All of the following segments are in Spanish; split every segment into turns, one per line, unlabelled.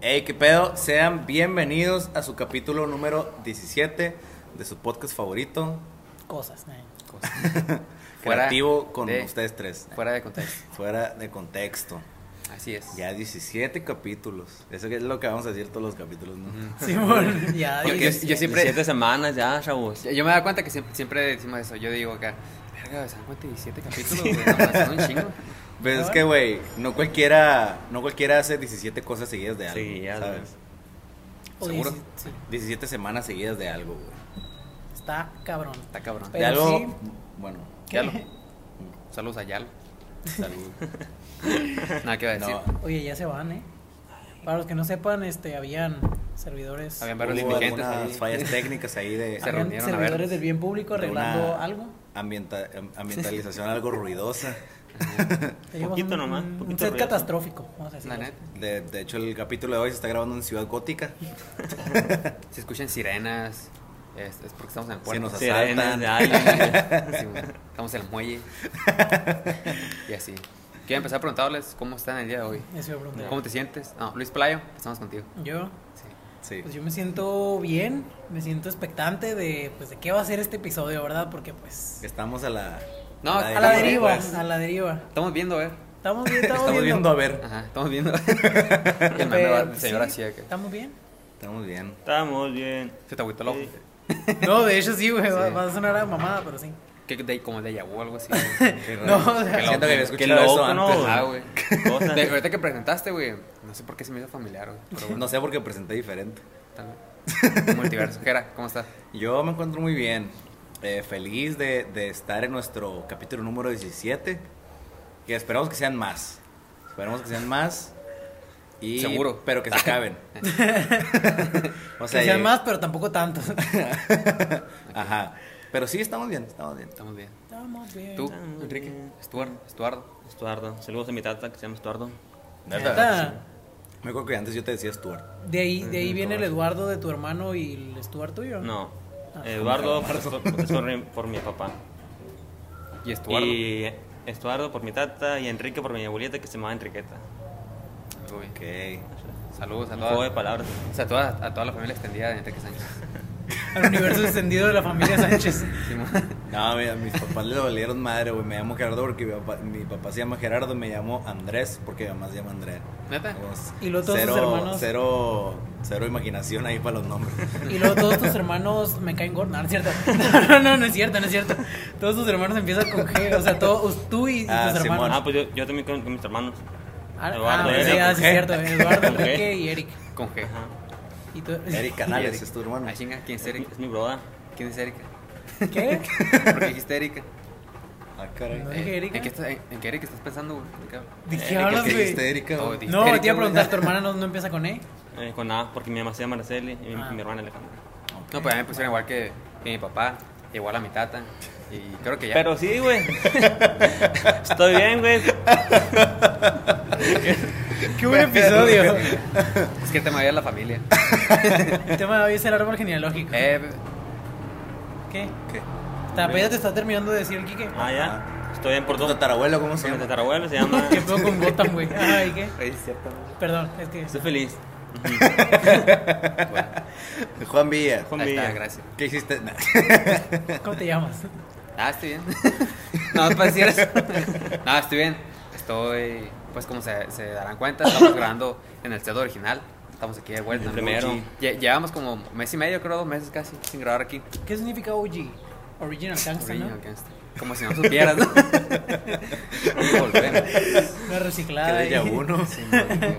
Hey, qué pedo, sean bienvenidos a su capítulo número 17 de su podcast favorito,
Cosas, eh.
Fuera
Fuera
Creativo con
de-
ustedes tres.
Fuera de contexto.
Fuera de contexto.
Así es.
Ya 17 capítulos. Eso es lo que vamos a decir todos los capítulos, ¿no?
Simón, ya.
Yo-
dije,
yo- yo siempre-
Siete semanas ya, chavos.
Yo me he dado cuenta que siempre, siempre decimos eso. Yo digo acá, verga, son 47 capítulos, güey. no, más, son un chingo.
Pero Pues es que, güey, no cualquiera, no cualquiera hace 17 cosas seguidas de algo.
Sí, ya
¿sabes?
o
seguro.
dieci- sí,
17 semanas seguidas de algo, güey.
está cabrón.
Está cabrón.
De
Pero
algo,
sí.
bueno,
Yalo. Saludos a Yalo.
salud.
Nada que va a decir.
No,
Oye, ya se van, eh. Para los que no sepan, este, habían servidores.
Habían varios
hubo
indigentes ahí.
algunas fallas técnicas ahí de...
Se
habían
reunieron a
servidores
verlos.
del bien público
de una
arreglando algo.
ambienta- am- ambientalización algo ruidosa.
Teníamos
poquito
un,
nomás,
un- Un,
poquito
set
ruidoso.
catastrófico, vamos a decir.
La neta.
De, de hecho, el capítulo de hoy se está grabando en Ciudad Gótica.
Se escuchan sirenas. Es, es porque estamos en el
Se
puerto.
nos
Sirenas de
asaltan.
alguien.
Sí, güey. estamos en el muelle. Y así. Quiero empezar a preguntarles cómo están el día de hoy.
Eso iba a preguntar.
¿Cómo te sientes? No, Luis Playo, estamos contigo.
Yo,
Sí.
Sí.
pues yo me siento bien, me siento expectante de, pues, de qué va a ser este episodio, ¿verdad? Porque, pues,
Estamos a la...
No,
a la deriva,
pues.
a la deriva.
Estamos viendo, a ver.
Estamos bien, estamos,
Estamos viendo a ver.
Ajá, estamos viendo. el meme va-
Pero,
señor
sí,
así acá.
¿Estamos bien?
Estamos bien.
Estamos bien.
Se te agüitó el ojo.
Sí.
No, de hecho sí, güey, va,
Sí.
va a sonar a mamada, pero sí.
Que de, como de Yahoo o algo así.
Qué
No,
raro.
o sea,
Siento que había
Qué
escuchado eso
loco, ¿no?
antes.
Ah, güey.
Cosa.
De- ahorita que preguntaste, güey, no sé por qué se me hizo familiar, güey. Pero bueno,
No sé por qué presenté diferente.
tal vez. Multiverso. Jera, ¿cómo estás?
Yo me encuentro muy bien. Eh, feliz de, de estar en nuestro capítulo número 17. Que esperamos que sean más. Esperamos que sean más. Y,
Seguro.
Pero que se acaben. o sea,
que sean
eh,
más, pero tampoco tantos.
Ajá. Pero sí, estamos bien, estamos bien.
Estamos bien.
Estamos bien.
¿Tú,
Ah, muy
Enrique?
bien.
Estuardo. Estuardo.
Estuardo. Saludos a mi tata que se llama Estuardo.
Neta.
Me acuerdo que antes yo te decía Stuart.
De ahí, de ahí
Mm,
viene el
cabrón.
Eduardo de tu hermano y el Stuart tuyo.
No.
Ah.
Eduardo por- por- por- por mi papá.
Y Estuardo.
Y Estuardo por mi tata y Enrique por mi abuelita que se llama Enriqueta.
Muy bien.
Ok.
Saludos a
Un juego de
toda,
palabras.
o sea, a, toda, a toda la familia extendida de Enrique Sánchez.
Al universo extendido de la familia Sánchez.
Simón.
No, mira, mis papás le valieron madre, güey. Me llamo Gerardo porque mi papá, mi papá se llama Gerardo, me llamo Andrés porque mi mamá se llama Andrea.
¿Neta?
Vamos,
Y luego todos tus
cero,
hermanos.
Cero, cero imaginación ahí para los nombres.
Y luego todos tus hermanos me caen gordos. No, no es cierto. No, no, no es cierto, no es cierto. Todos tus hermanos empiezan con G. O sea, todos, tú y, y
Ah,
tus
Simón.
hermanos.
Ah, pues yo, yo también con, con mis hermanos.
Ah,
Eduardo,
ah,
Eric.
sí, ah, sí, es cierto.
Ok.
Eduardo,
Ok.
Enrique y Eric.
Con G.
Y tú-
Eric Canales es tu hermano.
Ah, chinga, ¿quién es
Es, mi-
Erika?
es mi broda.
¿Quién es Erika?
¿Qué?
¿Por qué dijiste Erika?
Ah, caray.
No dije Erika.
¿En qué, estás- en- en qué Erika estás pensando, güey? ¿De qué hablas?
¿De qué
Erika,
hablas,
¿Qué
güey?
dijiste, Erika?
Oh,
güey?
di-
No, te
Erika,
iba a
güey.
preguntar, ¿tu hermana no, no empieza con E?
Eh, con nada, porque mi mamá se llama Araceli y mi,
Ah.
mi hermana Alejandra.
No, pues a mí me pusieron igual que, que mi papá, igual a mi tata. Y creo que ya.
Pero sí, güey. Estoy bien, güey.
¡Qué buen episodio!
Es que el tema de la familia.
El tema de hoy es el árbol genealógico.
Eh,
¿Qué?
¿Qué?
Te apenas te está terminando de decir el Quique.
Ah, ya. Estoy bien por
¿Tu
todo.
tatarabuelo cómo se
Mi
llama?
tatarabuelo se llama.
¿Qué pedo con Gotham, güey? Ay, ¿qué?
es cierto.
Perdón, es que...
Estoy feliz.
Juan Villa.
Juan
Ahí está,
Villa.
gracias.
¿Qué hiciste? Nah.
¿Cómo te llamas?
Ah, estoy bien. no, para decir eso. no, estoy bien. Estoy, pues como se, se darán cuenta, estamos grabando en el set original. Estamos aquí de vuelta.
El primero.
Lle- llevamos como mes y medio, creo, dos meses casi, sin grabar aquí.
¿Qué significa OG? Original Gangsta, ¿no?
Original Gangster. Como si no supieras, ¿no? Y volvemos.
Una
Que
reciclada.
de ya
ahí.
uno.
Sí, mon, Dios.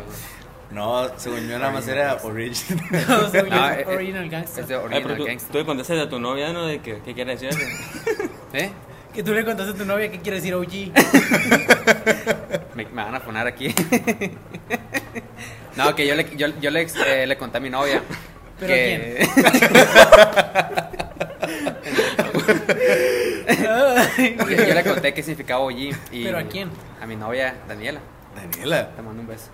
No, según yo nada más era original.
No, según yo
No,
es
eh, eh,
original Gangsta.
Es de
Oye, pero
Original
tú,
Gangster.
tú le contaste a tu novia, ¿no? De que, ¿Qué quiere decir eso?
¿Eh?
Que tú le contaste a tu novia que quiere decir OG.
Me, me van a poner aquí. no, que yo le, yo, yo le, eh, le conté a mi novia.
¿Pero
que...
Ay,
yo, yo le conté qué significaba OG. Y
¿Pero a quién?
A mi novia, Daniela.
Daniela.
Te mando un beso.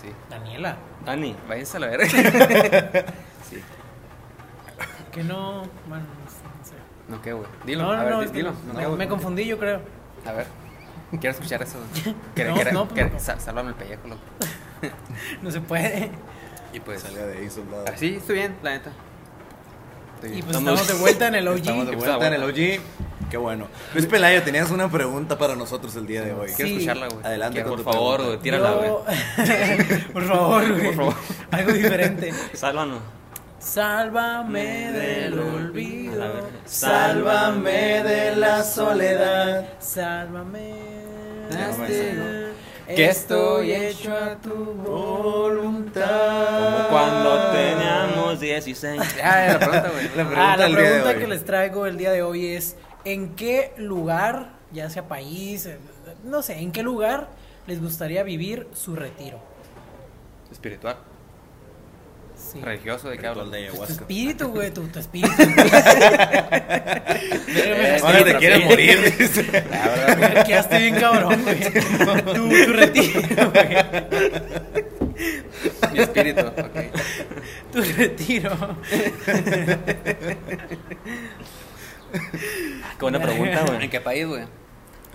Sí.
Daniela,
Dani.
Váyanse a la verga. sí.
que no... Bueno, no sé, no sé.
No, qué, güey. Dilo,
no,
a
no,
ver,
no,
di-
es que
dilo.
no,
qué, güey.
me confundí, yo creo.
A ver. Quiero escuchar eso.
No, no, pues, no.
sálvame el pellejo, loco.
No se puede.
Y pues,
Salga de ahí, soldado.
así estoy bien, la neta. Estoy
Y
bien.
pues
Estamos-
estamos de vuelta en el
Estamos
OG.
de
Está
vuelta en
bueno.
el OG. Qué bueno. Luis Pelayo, tenías una pregunta para nosotros el día de hoy.
Sí.
Quiero escucharla, güey.
Adelante
Quiero,
con tu
por favor,
pregunta.
güey, tírala, güey.
Yo- Por favor, güey.
Por favor.
Algo diferente.
Sálvanos.
Sálvame del olvido.
Sálvame de la soledad.
Sálvame.
Sálvame.
Que estoy hecho a
tu
voluntad.
Cuando teníamos 16.
Ya, ya, Ah, la pregunta, güey.
La pregunta
Ah, la
del día de
pregunta
hoy.
que les traigo el día de hoy es: ¿en qué lugar, ya sea país, eh, no sé, en qué lugar les gustaría vivir su retiro?
Espiritual,
Sí.
religioso, ¿de qué
Ritual de
hablas?
Pues tu
ayahuasca.
espíritu, güey, tu, tu espíritu.
Eh,
Ahora te
Sí,
quieres
sí.
morir, dice.
La verdad, güey.
Quedaste bien cabrón, güey. Tu, tu retiro, güey.
Mi espíritu, ok.
Tu retiro.
Qué buena pregunta, güey.
¿En qué país, güey?
O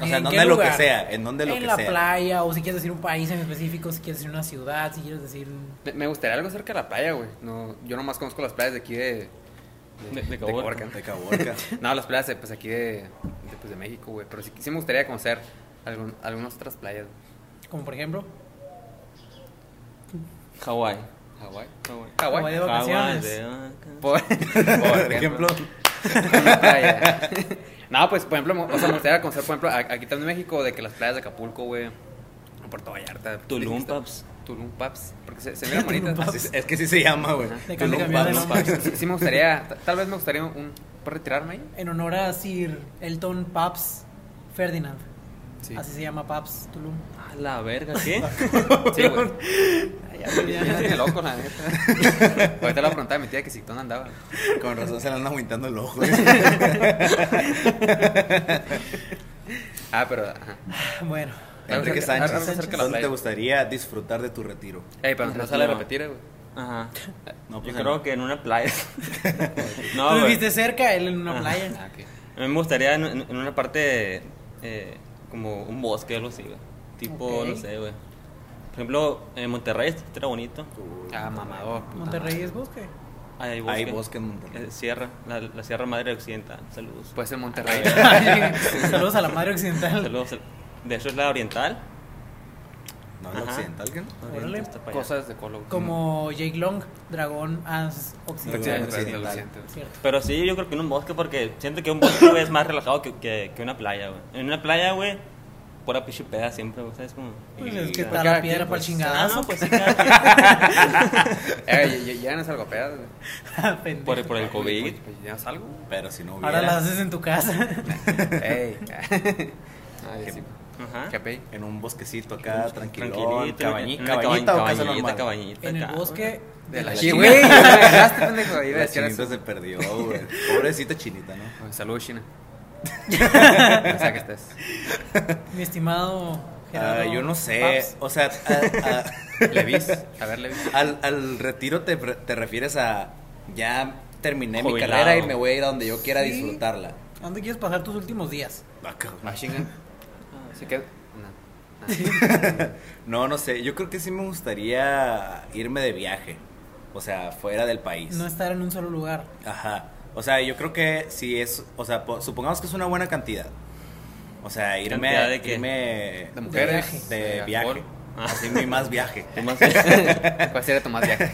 sea,
¿En
no
qué
de lo que
lugar?
sea, en donde lo
en
que
la
sea.
playa, o si quieres decir un país en específico, si quieres decir una ciudad, si quieres decir. un-
Me- Me gustaría algo cerca de la playa, güey. No, yo nomás conozco las playas de aquí de...
De- de Caborca.
Caborca.
De Caborca.
No, las playas de, pues, aquí de, de, pues, de México, güey. Pero sí, sí me gustaría conocer algún- algunas otras playas.
Como por ejemplo,
Hawái.
Hawái.
Hawái.
Hawái
Hawái.
de vacaciones.
Por,
Por ejemplo,
una playa. no, pues, por ejemplo, me- o sea, me gustaría conocer, por ejemplo, a- aquí también en México, de que las playas de Acapulco, güey. o Puerto Vallarta.
Tulum,
dijiste.
paps.
Tulum Paps. Porque se, se miran
Tulum
bonitas.
Paps.
así- es que sí se llama, güey.
Le
Tulum
cambió de
Paps.
nombre.
Sí, sí me gustaría, ta- tal vez me gustaría un... ¿Por retirarme ahí?
en honor a Sir Elton Paps Ferdinand.
Ah, Sí.
Así se llama Paps Tulum.
A la verga, ¿qué?
Sí, güey. Ay, ya, güey, ya tiene loco, la neta. Ahorita le preguntaba a mi tía que si dónde andaba.
Con razón se le andan aguantando el ojo. güey.
Ah, pero. Ajá.
Bueno,
Enrique
Algo cerca-
Sánchez,
algo cerca de la
¿dónde te
playa.
gustaría disfrutar de tu retiro?
Ey, pero no
Retiro.
sale a repetir, güey.
Ajá.
No,
Yo
pues,
creo
en-
que en una playa.
no,
No,
tú
güey.
viviste cerca, él en una
Ajá.
playa.
Ah, ok.
A mí me gustaría en, en una parte eh, como un bosque o algo así, güey. Tipo,
Ok.
no sé, güey. Por ejemplo, en Monterrey está bonito.
Ah, mamador. puta
Monterrey
madre.
es bosque.
Ahí hay bosque.
Hay bosque en Monterrey.
Eh, Sierra, la, la Sierra Madre Occidental. Saludos.
Pues en Monterrey.
Saludos a la madre occidental.
Saludos. De hecho es la oriental.
No, es
Ajá.
occidental, ¿qué no?
Órale.
Oriente está para allá.
Cosas de colo.
Como Jake Long, dragón ah, es occidental.
Dragón.
Cierto.
Pero sí, yo creo que en un bosque, porque siento que un bosque güey, es más relajado que, que, que una playa, güey. En una playa, güey, pura pinche peda siempre, güey. ¿Sabes cómo?
Pues es que
Y-
está
cada
la
quien,
piedra para el
pues.
Ah,
chingadazo.
no, pues sí, cada-
Eh, ya, ya no salgo pedo, güey.
Pendejo.
por, por el COVID.
Pues, pues, ya no salgo.
Pero si no hubiera
Ahora la haces en tu casa.
Ey. Ay, sí.
Ajá.
¿Ah?
¿Qué pey?
en un bosquecito acá, tranquilón,
Tranquilito,
cabañi-
en una
cabañita o
cabañita,
casa normal.
cabañita
en el
acá,
bosque de la
la
Sí,
China.
güey. ya me agarraste, pendejo. Iba a
La
decir
chinita
eso.
se perdió, güey. Pobrecita chinita, ¿no?
Ay, Saludos, China. No sé que estés.
Mi estimado Gerardo.
Ah, yo no sé,
Paps.
o sea, a- a-
Levis. A ver, Levis.
a- al, al retiro te, pre- te refieres a ya terminé
Jubilado.
mi carrera y me voy a ir a donde yo quiera
Sí.
disfrutarla.
¿A ¿Dónde quieres pasar tus últimos días?
Ah, cabrón.
Ah, chinga. Así que. No.
No, no sé, yo creo que sí me gustaría irme de viaje, o sea, fuera del país.
No estar en un solo lugar.
Ajá. O sea, yo creo que si es, o sea, po- supongamos que es una buena cantidad. O sea, irme,
¿Cantidad de qué?
irme
De mujeres.
de,
alcohol.
viaje.
Ah.
Así mi más viaje.
¿Qué más?
¿Cuál sería tu más viaje?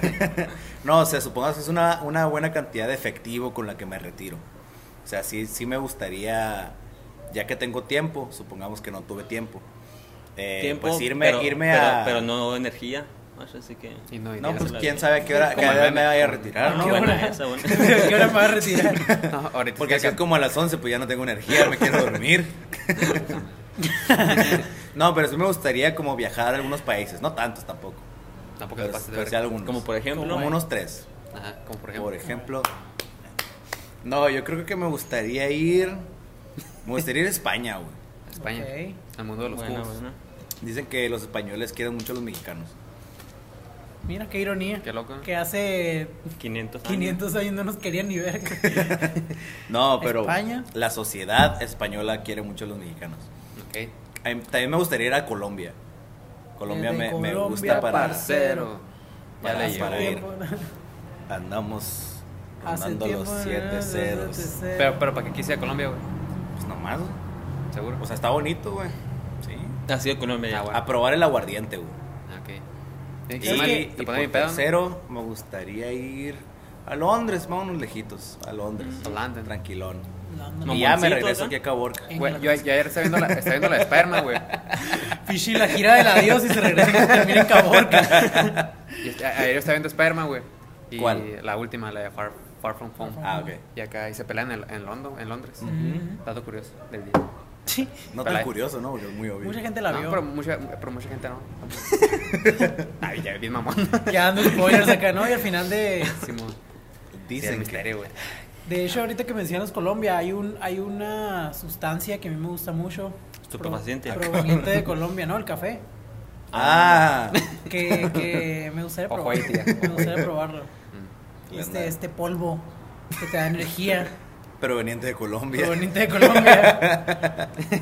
No, o sea, supongamos que es una, una buena cantidad de efectivo con la que me retiro. O sea, sí, sí me gustaría, ya que tengo tiempo, supongamos que no tuve tiempo, eh,
Tiempo,
pues irme,
pero,
irme
pero-
a...
Pero no energía. Así que.
Y no, y
No,
no.
pues
la-
quién sabe a qué hora, a qué
Como el
hora
meme.
me vaya a retirar, Ah, ¿no?
Qué
¿Qué
buena
hora?
esa, buena.
¿Qué hora me vas a retirar?
No, ahorita
Porque si
estoy
es
acá.
como a las 11, pues ya no tengo energía, me quiero dormir. no, pero sí me gustaría como viajar a algunos países, no tantos tampoco.
Tampoco te
Pero,
pases de
pero sí
verga.
algunos.
Como por ejemplo.
Como unos tres,
Ajá, como por ejemplo.
pues, por ejemplo. No, yo creo que me gustaría ir... Me gustaría ir a España, güey.
España.
Ok.
Al mundo de los
Bueno,
cubos.
bueno.
Dicen que los españoles quieren mucho a los mexicanos.
Mira qué ironía.
Qué loco, ¿no?
Que hace
500 años.
500 años no nos querían ni ver.
No, pero
España.
la sociedad española quiere mucho a los mexicanos.
Ok.
A mí- También me gustaría ir a Colombia. Colombia
Eh,
Desde
me, me
Colombia,
gusta para...
parce. Parcero.
Ya
para,
leí.
para
Hace
ir.
tiempo,
Andamos
hace
rondando los
tiempo,
7 ceros.
siete ceros.
Pero, pero para que quise a Colombia, güey.
Pues nomás, güey.
Seguro.
o sea, está bonito, güey. Sí.
Ha sido Colombia ya.
Ah, bueno.
A probar el aguardiente, güey.
Ah, ok. ¿Te,
Y,
te
y por
pones bien pedo? no?
tercero, me gustaría ir a Londres, vámonos lejitos, a Londres.
A London.
Tranquilón.
Lando,
No,
Y ya me
Mamoncito
regreso
acá.
aquí a Caborca.
En
Güey,
la
yo, yo ayer estaba viendo la, estaba viendo la de Spider-Man, güey.
Fishy la gira del adiós y se regresa y termina en Caborca.
Y est- a- Ayer estaba viendo Spider-Man, güey. Y
¿Cuál?
La última, la de Far, Far From Home.
Ah, ok.
Y acá y se pelean en, en, Londo- en Londres.
Ujú.
Dato curioso del día.
Sí,
No
Para-
tan curioso, ¿no? Porque es muy obvio.
mucha gente la
No,
vio.
pero, mucha, pero mucha gente no. Ay, ya bien mamón.
Ya dando spoilers acá, ¿no? Y al final de.
Simón. Sí, el
Dicen que...
misterio, güey.
De hecho, ahorita que mencionas Colombia, hay un hay una sustancia que a mí me gusta mucho.
Estupefaciente.
Pro- Proveniente de Colombia, ¿no? El café.
Ah,
Que, que me gustaría
Ojo
probar.
ahí, tía.
Me gustaría probarlo.
Mm.
Este, este polvo que te da energía.
proveniente de Colombia.
Proveniente de Colombia.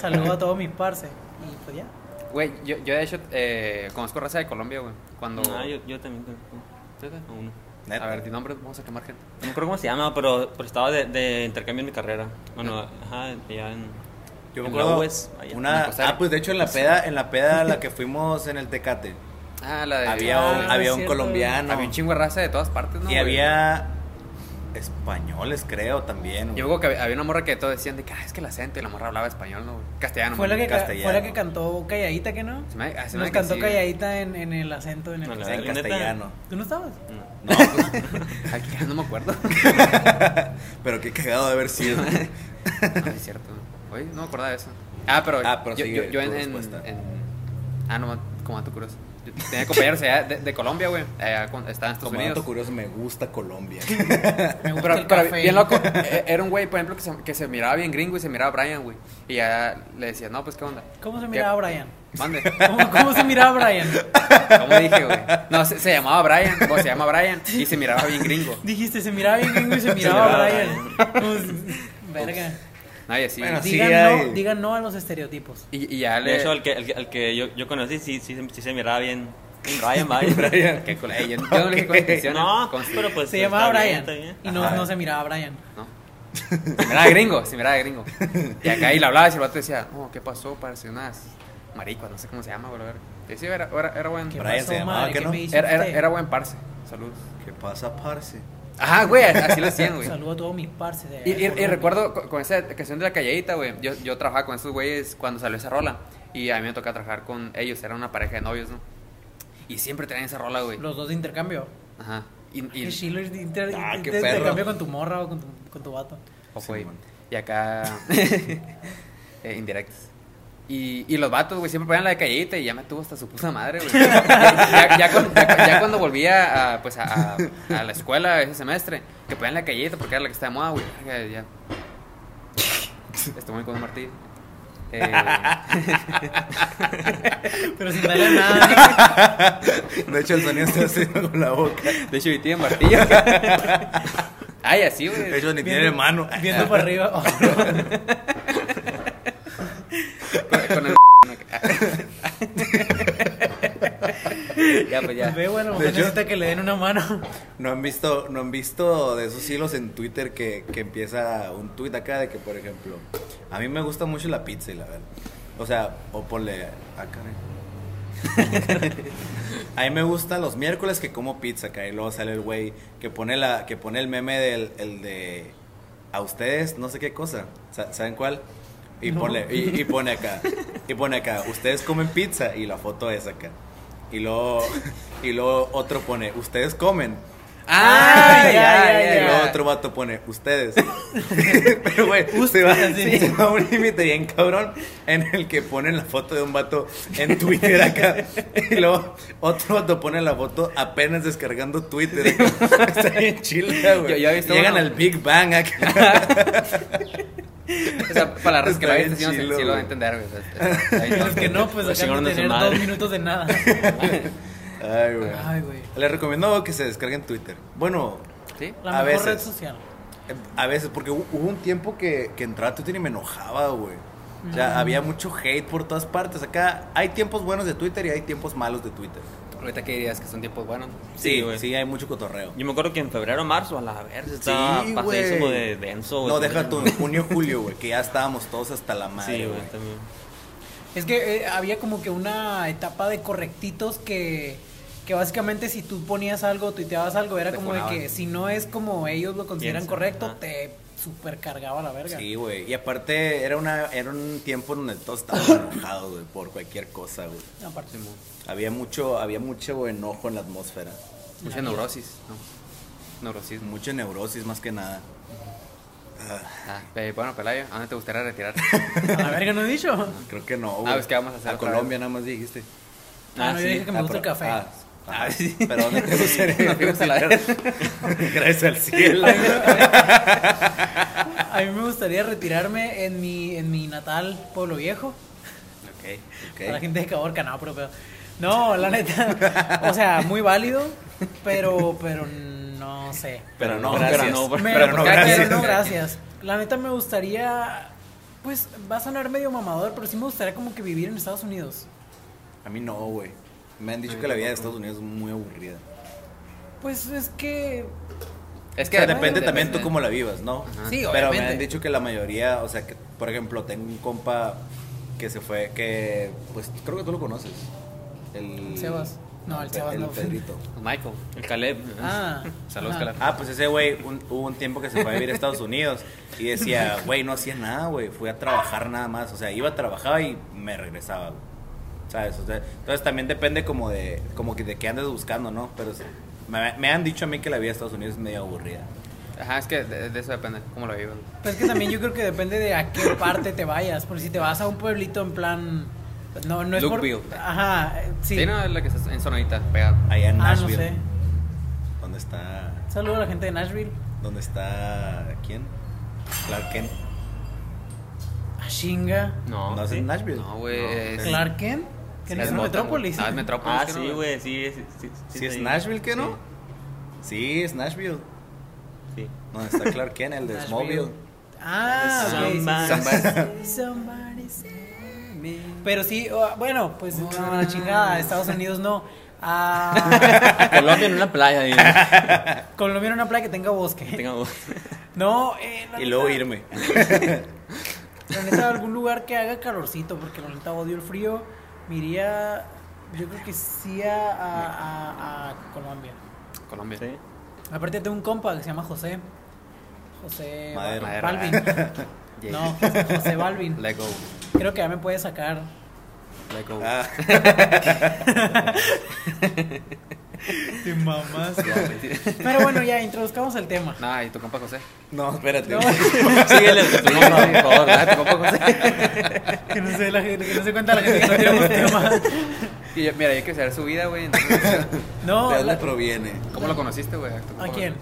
Saludo a todos mis parce. Y pues ya.
Güey, yo, yo de hecho eh, conozco raza de Colombia, güey. Cuando.
Ah, yo, yo también conozco. ¿Tú acá? Uno.
Neta.
A ver, di nombre, vamos a quemar gente.
No me acuerdo cómo se llama, pero, pero estaba de, de intercambio en mi carrera. Bueno, ajá, allá en.
Yo me
en la
acuerdo
UES, allá.
una,
en la costa.
ah, pues de hecho en la peda, en la peda a la que fuimos en el Tecate,
Ah, la de.
había
Ah,
un, había un
cierto.
colombiano
Había un chingo de raza de todas partes, ¿no?
y
güey?
había españoles, creo también.
Yo me acuerdo que había- había una morra que todos decían de que, ah, es que el acento y la morra hablaba español, ¿no? güey? Castellano.
Fue la,
mami.
que, ca-
castellano.
fue la que cantó Calladita, ¿que no?
Se me- ah, se me
Nos
que
cantó
sí, güey.
Calladita en, en el acento. En el
No,
O
la
sea, en
¿Neta?
castellano.
¿Tú no estabas?
No,
Aquí ya no me acuerdo.
pero qué cagado de haber sido.
No, no es cierto. Oye, no me acordaba de eso. Ah, pero,
Ah, pero
yo,
sigue
yo, yo
tu
en, en-
respuesta.
en- Ah, no, como dato curioso. Yo tenía compañeros allá de, de Colombia, güey. Allá con- Estaban en Estados
Como dato
Unidos.
curioso, me gusta Colombia.
Me gusta
Pero,
el
pero
café.
bien loco, eh, era un güey, por ejemplo, que se, que se miraba bien gringo y se miraba Brian, güey. Y ya le decía, no, pues, ¿qué onda?
¿Cómo se
¿Qué-
miraba Brian?
Mande.
¿Cómo, cómo se miraba Brian?
¿Cómo dije, güey? No, se, se llamaba Brian, o se llama Brian, y se miraba bien gringo.
Dijiste, se miraba bien gringo y se miraba Brian. Pues, verga.
No, y así.
Bueno, sí.
Digan,
hay.
no, digan no a los estereotipos.
Y, y ya le...
De hecho, al que, al que, al que yo, yo conocí sí, sí, sí se miraba bien. Brian,
Brian.
Brian.
Qué cool. Ey, yo, yo no le dije con intención.
No,
eh, con-
pero pues.
Se llamaba
está
Brian
bien, está
y
bien.
no,
Ajá.
no se miraba Brian.
No. Se miraba gringo, se miraba gringo. Y acá y le hablabas y el vato decía, no, ¿qué pasó? Parece unas maricas, no sé cómo se llama, güey. la verga. Y sí, era, era, era buen...
¿Qué
Brian
pasó,
se llamaba,
madre?
¿qué
¿Qué
no?
me hiciste?
Era, era, era buen parce. Saludos.
¿Qué pasa, parce?
Ajá, güey, así lo hacían, güey.
Saludo a todos mis parces. de allá
Y,
de
y- y
Colombia.
recuerdo co- con esa canción de la calladita, güey. Yo, yo trabajaba con esos güeyes cuando salió esa rola. Y a mí me tocaba trabajar con ellos. Era una pareja de novios, ¿no? Y siempre traían esa rola, güey.
Los dos de intercambio.
Ajá. Y,
Y
y,
Schiller de inter-
Ah,
de-
qué
de
perro.
intercambio con tu morra o con tu, con tu vato.
ojo, güey.
Simón.
y acá. eh, indirectas. Y, y los vatos, güey, siempre ponían la de calladita y ya me tuvo hasta su puta madre, güey. ya, ya- ya cuando- ya- ya cuando volvía a, pues, a, a- a la escuela ese semestre, que ponían la calladita porque era la que estaba de moda, güey. Ya, ya. Estoy muy con un martillo. Eh,
Pero sin darle nada.
De hecho, el sonido está haciendo con la boca.
De hecho, mi tía martillo. Ay, así, güey.
De hecho, ni tiene hermano.
Viendo para arriba. Oh, no.
Con, con el. ya, pues ya.
Ve, bueno,
De
mujer
hecho-
necesita que le den una mano.
No han visto, no han visto de esos hilos en Twitter que, que empieza un tweet acá de que, por ejemplo, a mí me gusta mucho la pizza y la verdad. O sea, o ponle acá. A mí me gusta los miércoles que como pizza, acá y luego sale el güey que pone la que pone el meme del el de a ustedes no sé qué cosa, Sa- ¿saben cuál? Y
No.
pone y, y pone acá. Y pone acá, ustedes comen pizza y la foto es acá. Y luego y luego otro pone, ustedes comen
Ah, ya, ya, ya.
y luego otro vato pone, ustedes. Pero, güey, se va,
Ustedes.
se va a un límite bien cabrón en el que ponen la foto de un vato en Twitter acá. Y luego otro vato pone la foto apenas descargando Twitter. acá. Está bien chila, güey.
Yo- yo he visto
Llegan
uno.
al Big Bang acá.
O sea, para las
Está
que la
bien
viste, sí, no sé,
chilo,
sí lo va a
güey.
entender, güey. Está- está- está
Y los que no,
Los
pues acaban
chingaron
de
a su
tener
madre.
dos minutos de nada.
Ay, güey.
Ay, güey.
Les recomiendo que se descarguen Twitter. Bueno,
¿Sí?
La
A
mejor red
veces.
social.
A veces, porque hu- hubo un tiempo que, que entraba a Twitter y me enojaba, güey. O sea, había mucho hate por todas partes. Acá hay tiempos buenos de Twitter y hay tiempos malos de Twitter.
Ahorita que dirías que son tiempos buenos.
Sí,
Sí, güey.
sí, hay mucho cotorreo.
Yo me acuerdo que en febrero o marzo, a la verga, estaba
Sí,
pasadísimo
güey.
de denso, güey.
No, deja tú, en junio, julio, güey, que ya estábamos todos hasta la madre,
Sí,
güey.
güey, también.
Es que eh, había como que una etapa de correctitos que, que básicamente si tú ponías algo, tuiteabas algo, era
Te
como de
funaban.
que si no es como ellos lo consideran
Piensa,
correcto,
ajá.
te supercargaba la verga.
Sí, güey. Y aparte era una era un tiempo en donde todos estaban enojados, güey, por cualquier cosa, güey.
Aparte.
Había mucho había mucho enojo en la atmósfera,
Mucha neurosis, ¿no? Neurosismo.
mucha neurosis más que nada.
Ah, eh, bueno, Pelayo, ¿a dónde te gustaría retirar?
A la verga no he dicho.
Creo que no, güey.
Ah, pues, ¿qué vamos a hacer otra
Colombia nada más dijiste.
Ah, no, yo
sí.
dije que me
Ah,
gusta el
pero-
café.
Ah, ah, Pero ¿dónde te gustaría?
Nos fuimos a la
Gracias al cielo.
A mí, me- a mí me gustaría retirarme en mi, en mi natal pueblo viejo.
Ok.
Ok.
Para la gente de Caborca, no, pero, pero- No, la neta. O sea, muy válido, pero, pero no sé.
Pero no,
Pero
gracias.
no,
Me-
Pero no,
cada quien,
gracias.
no, gracias. La neta me gustaría. Pues va a sonar medio mamador, pero sí me gustaría como que vivir en Estados Unidos.
A mí no, güey. Me han dicho que la vida de Estados Unidos es muy aburrida.
Pues es que.
Es
O
que
sea, depende también tú cómo la vivas, ¿no?
Ajá.
Sí,
Pero me
obviamente.
han dicho que la mayoría, o sea, que por ejemplo, tengo un compa que se fue, que pues creo que tú lo conoces. El
Sebas. No, el
Pe-
Sebas no.
Pedrito.
Michael.
El Caleb.
Ah.
Saludos,
ajá.
Caleb.
Ah, pues ese güey, un- hubo un tiempo que se fue a vivir a Estados Unidos y decía, güey, no hacía nada, güey, fui a trabajar nada más, o sea, iba, trabajaba y me regresaba, güey. ¿Sabes? O sea, entonces también depende como de, como que de qué andes buscando, ¿no? Pero sí, me, me han dicho a mí que la vida de Estados Unidos es medio aburrida.
Ajá, es que de, de eso depende, cómo lo vivan.
Pues es que también yo creo que depende de a qué parte te vayas. Porque si te vas a un pueblito en plan. No, no es por.
Lookville.
Ajá, eh,
Sí.
sí.
no, es la que está en sonadita, pegado.
Allá en
Ah, no
Nashville.
sé.
¿Dónde está?
Saludos a la gente de Nashville.
¿Dónde está quién? Clark Kent.
A Shinga.
No,
No,
es
sí.
en Nashville.
No, güey. es-
Ah, Clark Kent. Que no
es
es una
Boston,
metrópolis. ¿eh?
güey. No, es metrópolis.
Ah,
que no,
sí, güey, sí, sí, sí.
Si
sí,
es
sí.
Nashville, ¿qué no? Sí, es Nashville.
Sí.
¿Dónde está Clark Kent? El de
Nashville.
Smallville.
Ah, ok, sí, sí,
Somebody-
sí. Somebody save me. Pero sí, o- bueno, pues no, la chingada, Estados Unidos no. Ah,
A Colombia en una playa, güey.
Colombia era una playa que tenga bosque.
Tengo-
No, eh, la
Y luego
neta-
irme.
La neta, algún lugar que haga calorcito, porque la neta odio el frío. Me iría, yo creo que sí a, a- a- a Colombia.
Colombia.
Sí.
Aparte tengo un compa que se llama José. José
Madero.
Balvin.
Yeah.
No, José Balvin.
Let go.
Creo que ya me puede sacar
Let go.
Ah,
Te mamás.
Ya, mentira.
Pero bueno, ya introduzcamos el tema.
No, y tu compa José.
no, espérate.
No,
Síguele,
Tu compa, por favor, ¿verdad? Ah, Tu compa José.
que, no se, la, gente- que no se cuenta la gente que no tenemos tema.
Y yo- mira, yo quiero saber su vida, güey. entonces,
No,
¿De dónde
la-
proviene?
¿Cómo lo conociste, güey? tu compa
¿A
José?
quién?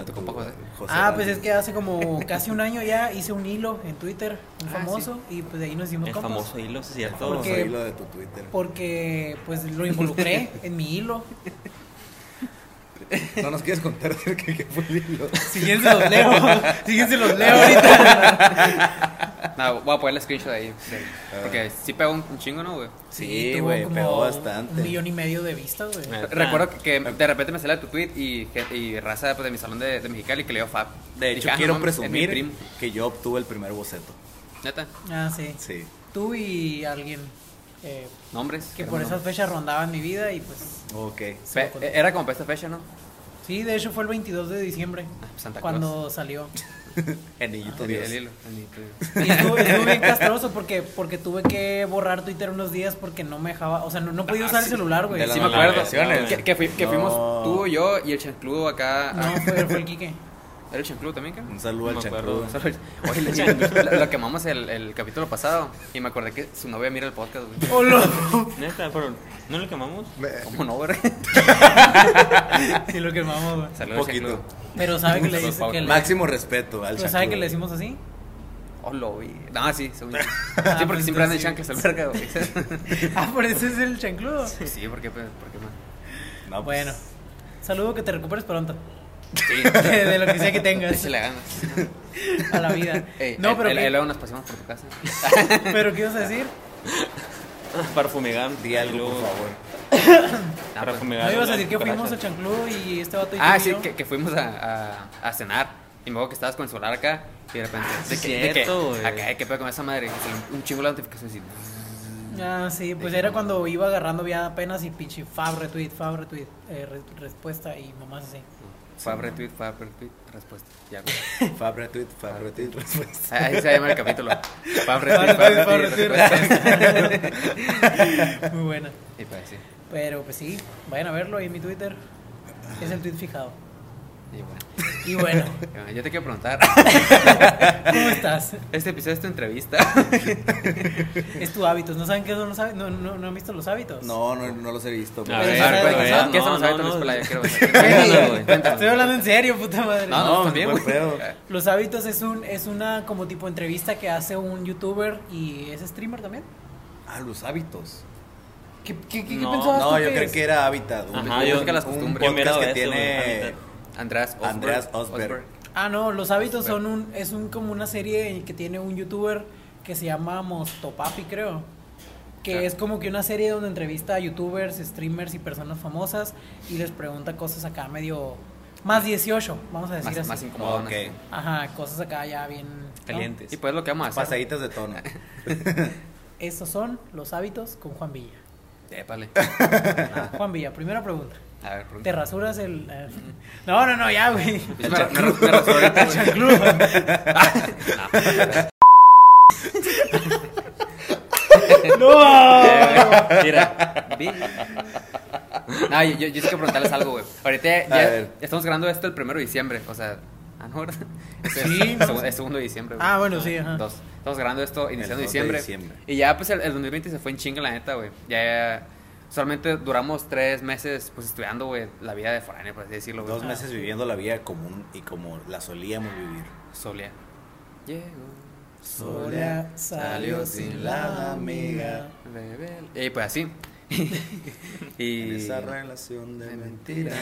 A tu compa José.
ah, pues es que hace como casi un año ya hice un hilo en Twitter, un
Ah,
famoso, y pues de ahí nos hicimos
El
compas.
famoso hilo, sí, ¿cierto?
Todo
Porque-
lo de tu Twitter.
Porque pues lo involucré en mi hilo.
No nos quieres contar acerca de qué fue el hilo.
Siguiente los leo. Siguiente los leo ahorita.
No, voy a poner el screenshot ahí. sí.
Ah.
Porque sí pegó un, un chingo, ¿no, güey?
Sí,
tuvo
güey,
como
pegó bastante.
Un millón y medio de vistas, güey.
Ah,
Eh,
Recuerdo que, que de repente me sale tu tweet y, gen- y raza pues, de mi salón de, de Mexicali que le dio Fab.
De hecho,
Dije, ah, no
quiero
mames, es mi
presumir
primo.
que yo obtuve el primer boceto.
Neta,
Ah, sí.
Sí.
Tú y alguien eh,
nombres.
que
queremos
por esas
nombres.
fechas rondaban mi vida y pues
Ok.
Fe-
Sí, me
era como para esta fecha, ¿no?
Sí, de hecho fue el 22 de diciembre
Ah,
pues,
Santa
cuando
Claus.
salió.
El
El,
Dios.
Ah, el hilo. el hilo.
Y estuvo, estuvo bien castroso porque, porque tuve que borrar Twitter unos días porque no me dejaba, o sea, no, no podía usar el celular, güey.
Ah, de la
Sí,
Sí,
me
Las
acuerdo.
navegaciones.
Que, que fui- que
No.
fuimos tú, yo y el chancludo acá. a-
No, fue, fue el Quique.
¿Era el chancludo también, cara?
Un saludo al
No me acuerdo.
chancludo.
Oye, el chancludo, lo, lo quemamos el, el capítulo pasado y me acordé que su novia mira el podcast, güey.
¡Hola!
Neta, pero ¿no lo quemamos?
¿Cómo no, güey?
Ah.
Sí, lo quemamos, güey.
Saludos,
Un poquito.
chancludo.
Pero sabe que le
Saludos,
dice que
Pablo.
le,
Máximo respeto al
pero sabe Pues
chancludo.
que le decimos así.
Oh, lo vi. No, sí, según yo.
Ah,
Sí, porque
pues
siempre andan
entonces
chanclas al verga, güey.
Ah, por eso es el chancludo.
Sí, Ah, porque, pues, porque más.
No, pues,
Bueno, saludo que te recuperes pronto.
Sí,
De lo que sea que tengas
échale ganas.
a la vida.
Ey,
No, pero
el-
¿qué-
Ah, el- luego nos pasamos por tu casa.
pero ¿qué ibas a decir?
para fumigar.
Di algo, por favor.
Para fumigar.
No ibas a decir que
la cucaracha.
fuimos al chanclú y este vato y
pues. Ah,
tú y
sí,
yo?
que, que fuimos a, a, a cenar. Y me acuerdo que estabas con el celular acá y de repente.
Ah,
sí,
de que, de
cierto,
que,
güey.
acá, ¿qué pedo con esa madre? Y salió un- un chingo la notificación así.
Ah, sí, pues era cuando iba agarrando ya apenas y pinche fab retweet, fab retweet, eh, re- respuesta y mamás así.
Fab retweet, fab retweet, respuesta. Ya, güey.
Fab retweet, fab retweet, respuesta.
Ahí se llama el capítulo. Fab
Fab
retweet,
retweet,
fab
fab
retweet,
retweet.
respuesta.
Muy buena.
Y pues sí.
Pero pues sí, vayan a verlo ahí en mi Twitter. Es el tweet fijado.
Y bueno.
Y bueno,
Eh, Yo te quiero preguntar,
¿cómo estás?
este episodio es tu entrevista.
Es tu hábitos. ¿No saben qué son los hábitos? ¿No, no, no han visto los hábitos?
No, no, no los he visto. Pues,
A
güey.
ver,
A
a ver,
¿qué son- Pues, ¿Qué
a ver.
son
No,
los
no,
hábitos
no.
de Playa? Quiero
Cuéntalo, güey.
Estoy hablando en serio, puta madre.
No, no,
No,
también,
pues, buen
güey.
pedo.
Los hábitos es un es una como tipo entrevista que hace un youtuber y es streamer también.
Ah, los hábitos.
¿Qué, qué, qué,
No,
qué pensabas tú
No, yo
que
creí
es?
que era hábitat. un-
Ajá,
un-
yo-
un
las costumbres.
podcast
Yo miro
que
eso, güey,
tiene.
hábitat.
Andreas Osberg.
Andreas Osberg.
Ah, no, los hábitos son un es un como una serie que tiene un youtuber que se llama Mostopapi, creo. Que
Ah.
es como que una serie donde entrevista a youtubers, streamers y personas famosas y les pregunta cosas acá medio más 18, vamos a decir
Más,
así.
más incómodo.
Ok.
Ajá, cosas acá ya bien ¿no?
Y pues lo que vamos a hacer.
Pasaditas de tono.
Estos son los hábitos con Juan Villa.
Épale.
Juan Villa, primera pregunta.
A ver, pronto.
¿Te rasuras el.? eh? No, no, no, ya, güey.
Me, Pues, me, me rasuro ahorita, güey.
¡No!
Mira. vi. No, yo, yo, yo sí quiero preguntarles algo, güey. Ahorita ya,
A ver.
estamos grabando esto el primero de diciembre. O sea, ah, no, ¿verdad? Es el-
Sí, no.
segu- el segundo de diciembre, güey.
Ah, bueno, sí, ajá.
Dos. Estamos grabando esto iniciando
El dos de
diciembre.
diciembre.
Y ya, pues, el, el 2020 se fue en chinga, la neta, güey. Ya, ya, solamente duramos tres meses, pues, estudiando, güey, la vida de foráneo, por así decirlo, güey.
Dos meses viviendo la vida común y como la solíamos vivir.
Ah, Solía. Llegó.
Sola salió sin la amiga.
rebel- Y pues, así. y...
En Esa relación de
De
mentira.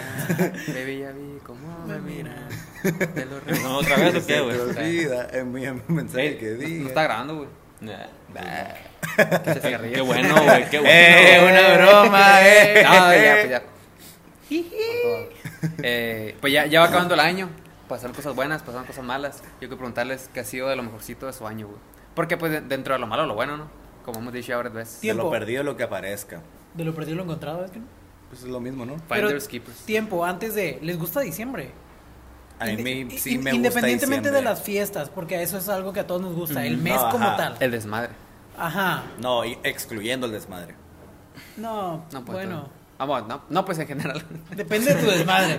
Baby, ya vi cómo
Me
me mira. Te lo re-
No, otra vez o qué,
Se te
güey.
olvida, envíame un mensaje
Ey,
que diga.
No Pues, está grabando, güey.
Nah.
Bah. Que se cigarrillo.
Qué bueno, güey, qué bueno.
Eh, una broma, eh.
No, ya, pues ya. Con todo. Eh, pues ya, ya va acabando el año. Pasaron cosas buenas, pasaron cosas malas. Yo quiero preguntarles qué ha sido de lo mejorcito de su año, güey. Porque, pues, de- dentro de lo malo, lo bueno, ¿no? Como hemos dicho ya varias veces.
De
Tiempo.
lo perdido lo que aparezca.
De lo perdido lo encontrado, es que no.
Pues es lo mismo, ¿no?
Finders Keepers.
Tiempo, antes de. ¿Les gusta diciembre?
A mí
Inde-
me- sí
in-
me gusta
Independientemente
diciembre.
de las fiestas, porque eso es algo que a todos nos gusta, el
Mm,
mes
no,
como
ajá.
tal.
El desmadre.
Ajá.
No, y excluyendo el desmadre.
No,
No, pues.
bueno.
todo. Vamos, no, no, pues en general.
Depende de tu desmadre.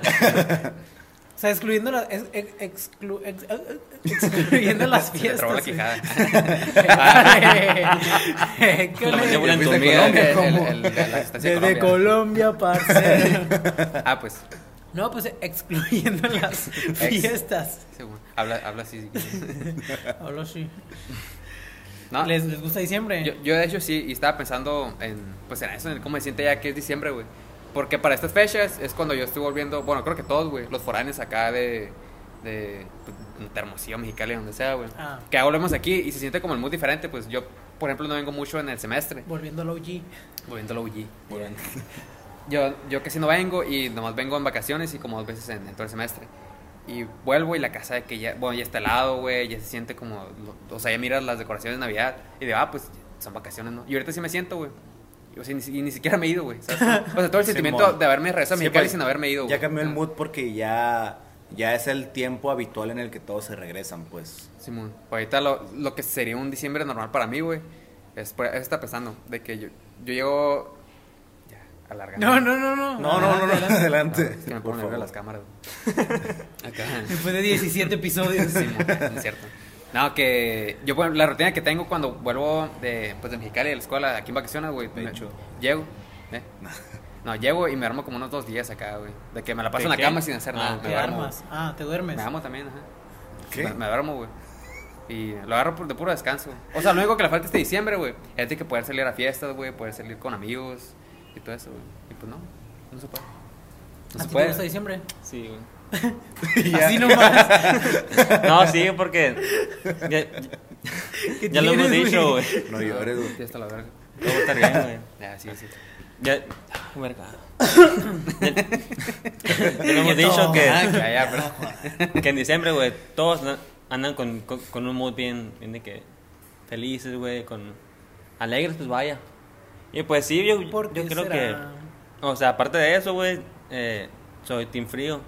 O sea, excluyendo las, ex- ex- exclu- ex- eh, excluyendo las
Se te
fiestas.
trabó la
güey.
quijada.
Eh, ¿qué
La
le-
mandíbula
Fuiste a
entumida.
Colombia,
El- el-
¿cómo?
el- la distancia de
Desde
Colombia.
Colombia, parce.
Ah, pues.
No, pues excluyendo las fiestas.
sí, güey. Habla, habla así.
Hablo así.
No,
¿Les, les gusta diciembre?
Ah. Yo, yo de hecho sí, y estaba pensando en, pues en eso, en cómo me siente ya que es diciembre, güey. Porque para estas fechas es cuando yo estoy volviendo, bueno, creo que todos, güey, los foráneos acá de, de, pues, de Hermosillo, Mexicali, donde sea, güey.
Ah.
Que ahora volvemos aquí y se siente como el mood diferente, pues yo, por ejemplo, no vengo mucho en el semestre,
Volviendo al OG.
volviendo a la UG. Yo, yo casi no vengo y nomás vengo en vacaciones y como dos veces en, en todo el semestre. Y vuelvo y la casa de que ya, bueno, ya está helado, güey, ya se siente como, lo- o sea, ya miras las decoraciones de Navidad y de, ah, pues son vacaciones, ¿no? Y ahorita sí me siento, güey. O sea, ni, si- y ni siquiera me he ido, güey. ¿sabes? O sea, todo el sentimiento
Simón.
de haberme regresado a
Sí,
Mexicali
pues,
sin haberme ido, güey. Ah.
Ya cambió el mood porque ya, ya es el tiempo habitual en el que todos se regresan, pues.
Simón, Pues ahorita lo, lo que sería un diciembre normal para mí, güey, es, por- eso está pensando, de que yo, yo llego, ya, alargando.
No, no, no, no.
No, no, no, no,
Adelante, adelante.
adelante.
Ah, Es que me
por
ponen
favor.
las cámaras, güey. Acá.
Después de 17 episodios.
Sí, mo- es cierto. No, que yo, bueno, la rutina que tengo cuando vuelvo de, pues, de Mexicali de la escuela, aquí en vacaciones, güey.
De
me-
hecho.
Llego, ¿eh? No, llego y me armo como unos dos días acá, güey. De que me la paso
¿De
en la
qué?
cama sin hacer
Ah,
nada. me
ok.
Te
duermo.
armas. Ah, te duermes.
Me amo también, ajá.
¿Qué?
Me, me duermo, güey. Y lo agarro por- de puro descanso. O sea, lo único que le falta este diciembre, güey, es de que poder salir a fiestas, güey, poder salir con amigos y todo eso, güey. Y pues no, no se puede.
¿A
No se
ti te
puede.
gusta diciembre?
Sí, güey.
Ya.
Así nomás.
No, sí, porque. Ya, ya lo hemos
tienes,
dicho,
güey?
güey.
No llores, güey.
Fiesta a la verga.
Todo va a estar bien, güey.
Ah, sí, sí.
Ya. Ah, verga. Ya- ya lo hemos
Nieto.
dicho
Eh.
Ah,
que,
que allá, pero-
que en diciembre, güey, todos na- andan con, con, con un mood bien, bien de que felices, güey, con alegres, pues vaya. Y pues sí, yo,
¿Por
yo
qué
creo
será?
que. O sea, aparte de eso, güey, eh, soy team frío.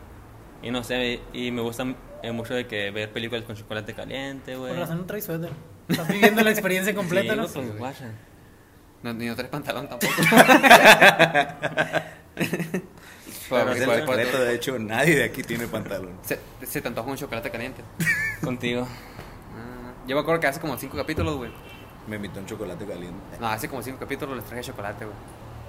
Y no sé, y me gusta eh, mucho de que ver películas con chocolate caliente, güey.
Por razón no traes suéter. Estás viviendo la experiencia completa,
Sí,
¿no?
güey, pues, guacha.
No, ni no traes pantalón tampoco.
Pero
Por-
es el
por- por-
secreto, de hecho, nadie de aquí tiene pantalón.
se, se te antoja un chocolate caliente.
Contigo.
Ah, yo me acuerdo que hace como cinco capítulos, güey.
Me invitó un chocolate caliente.
No, hace como cinco capítulos les traje chocolate, güey.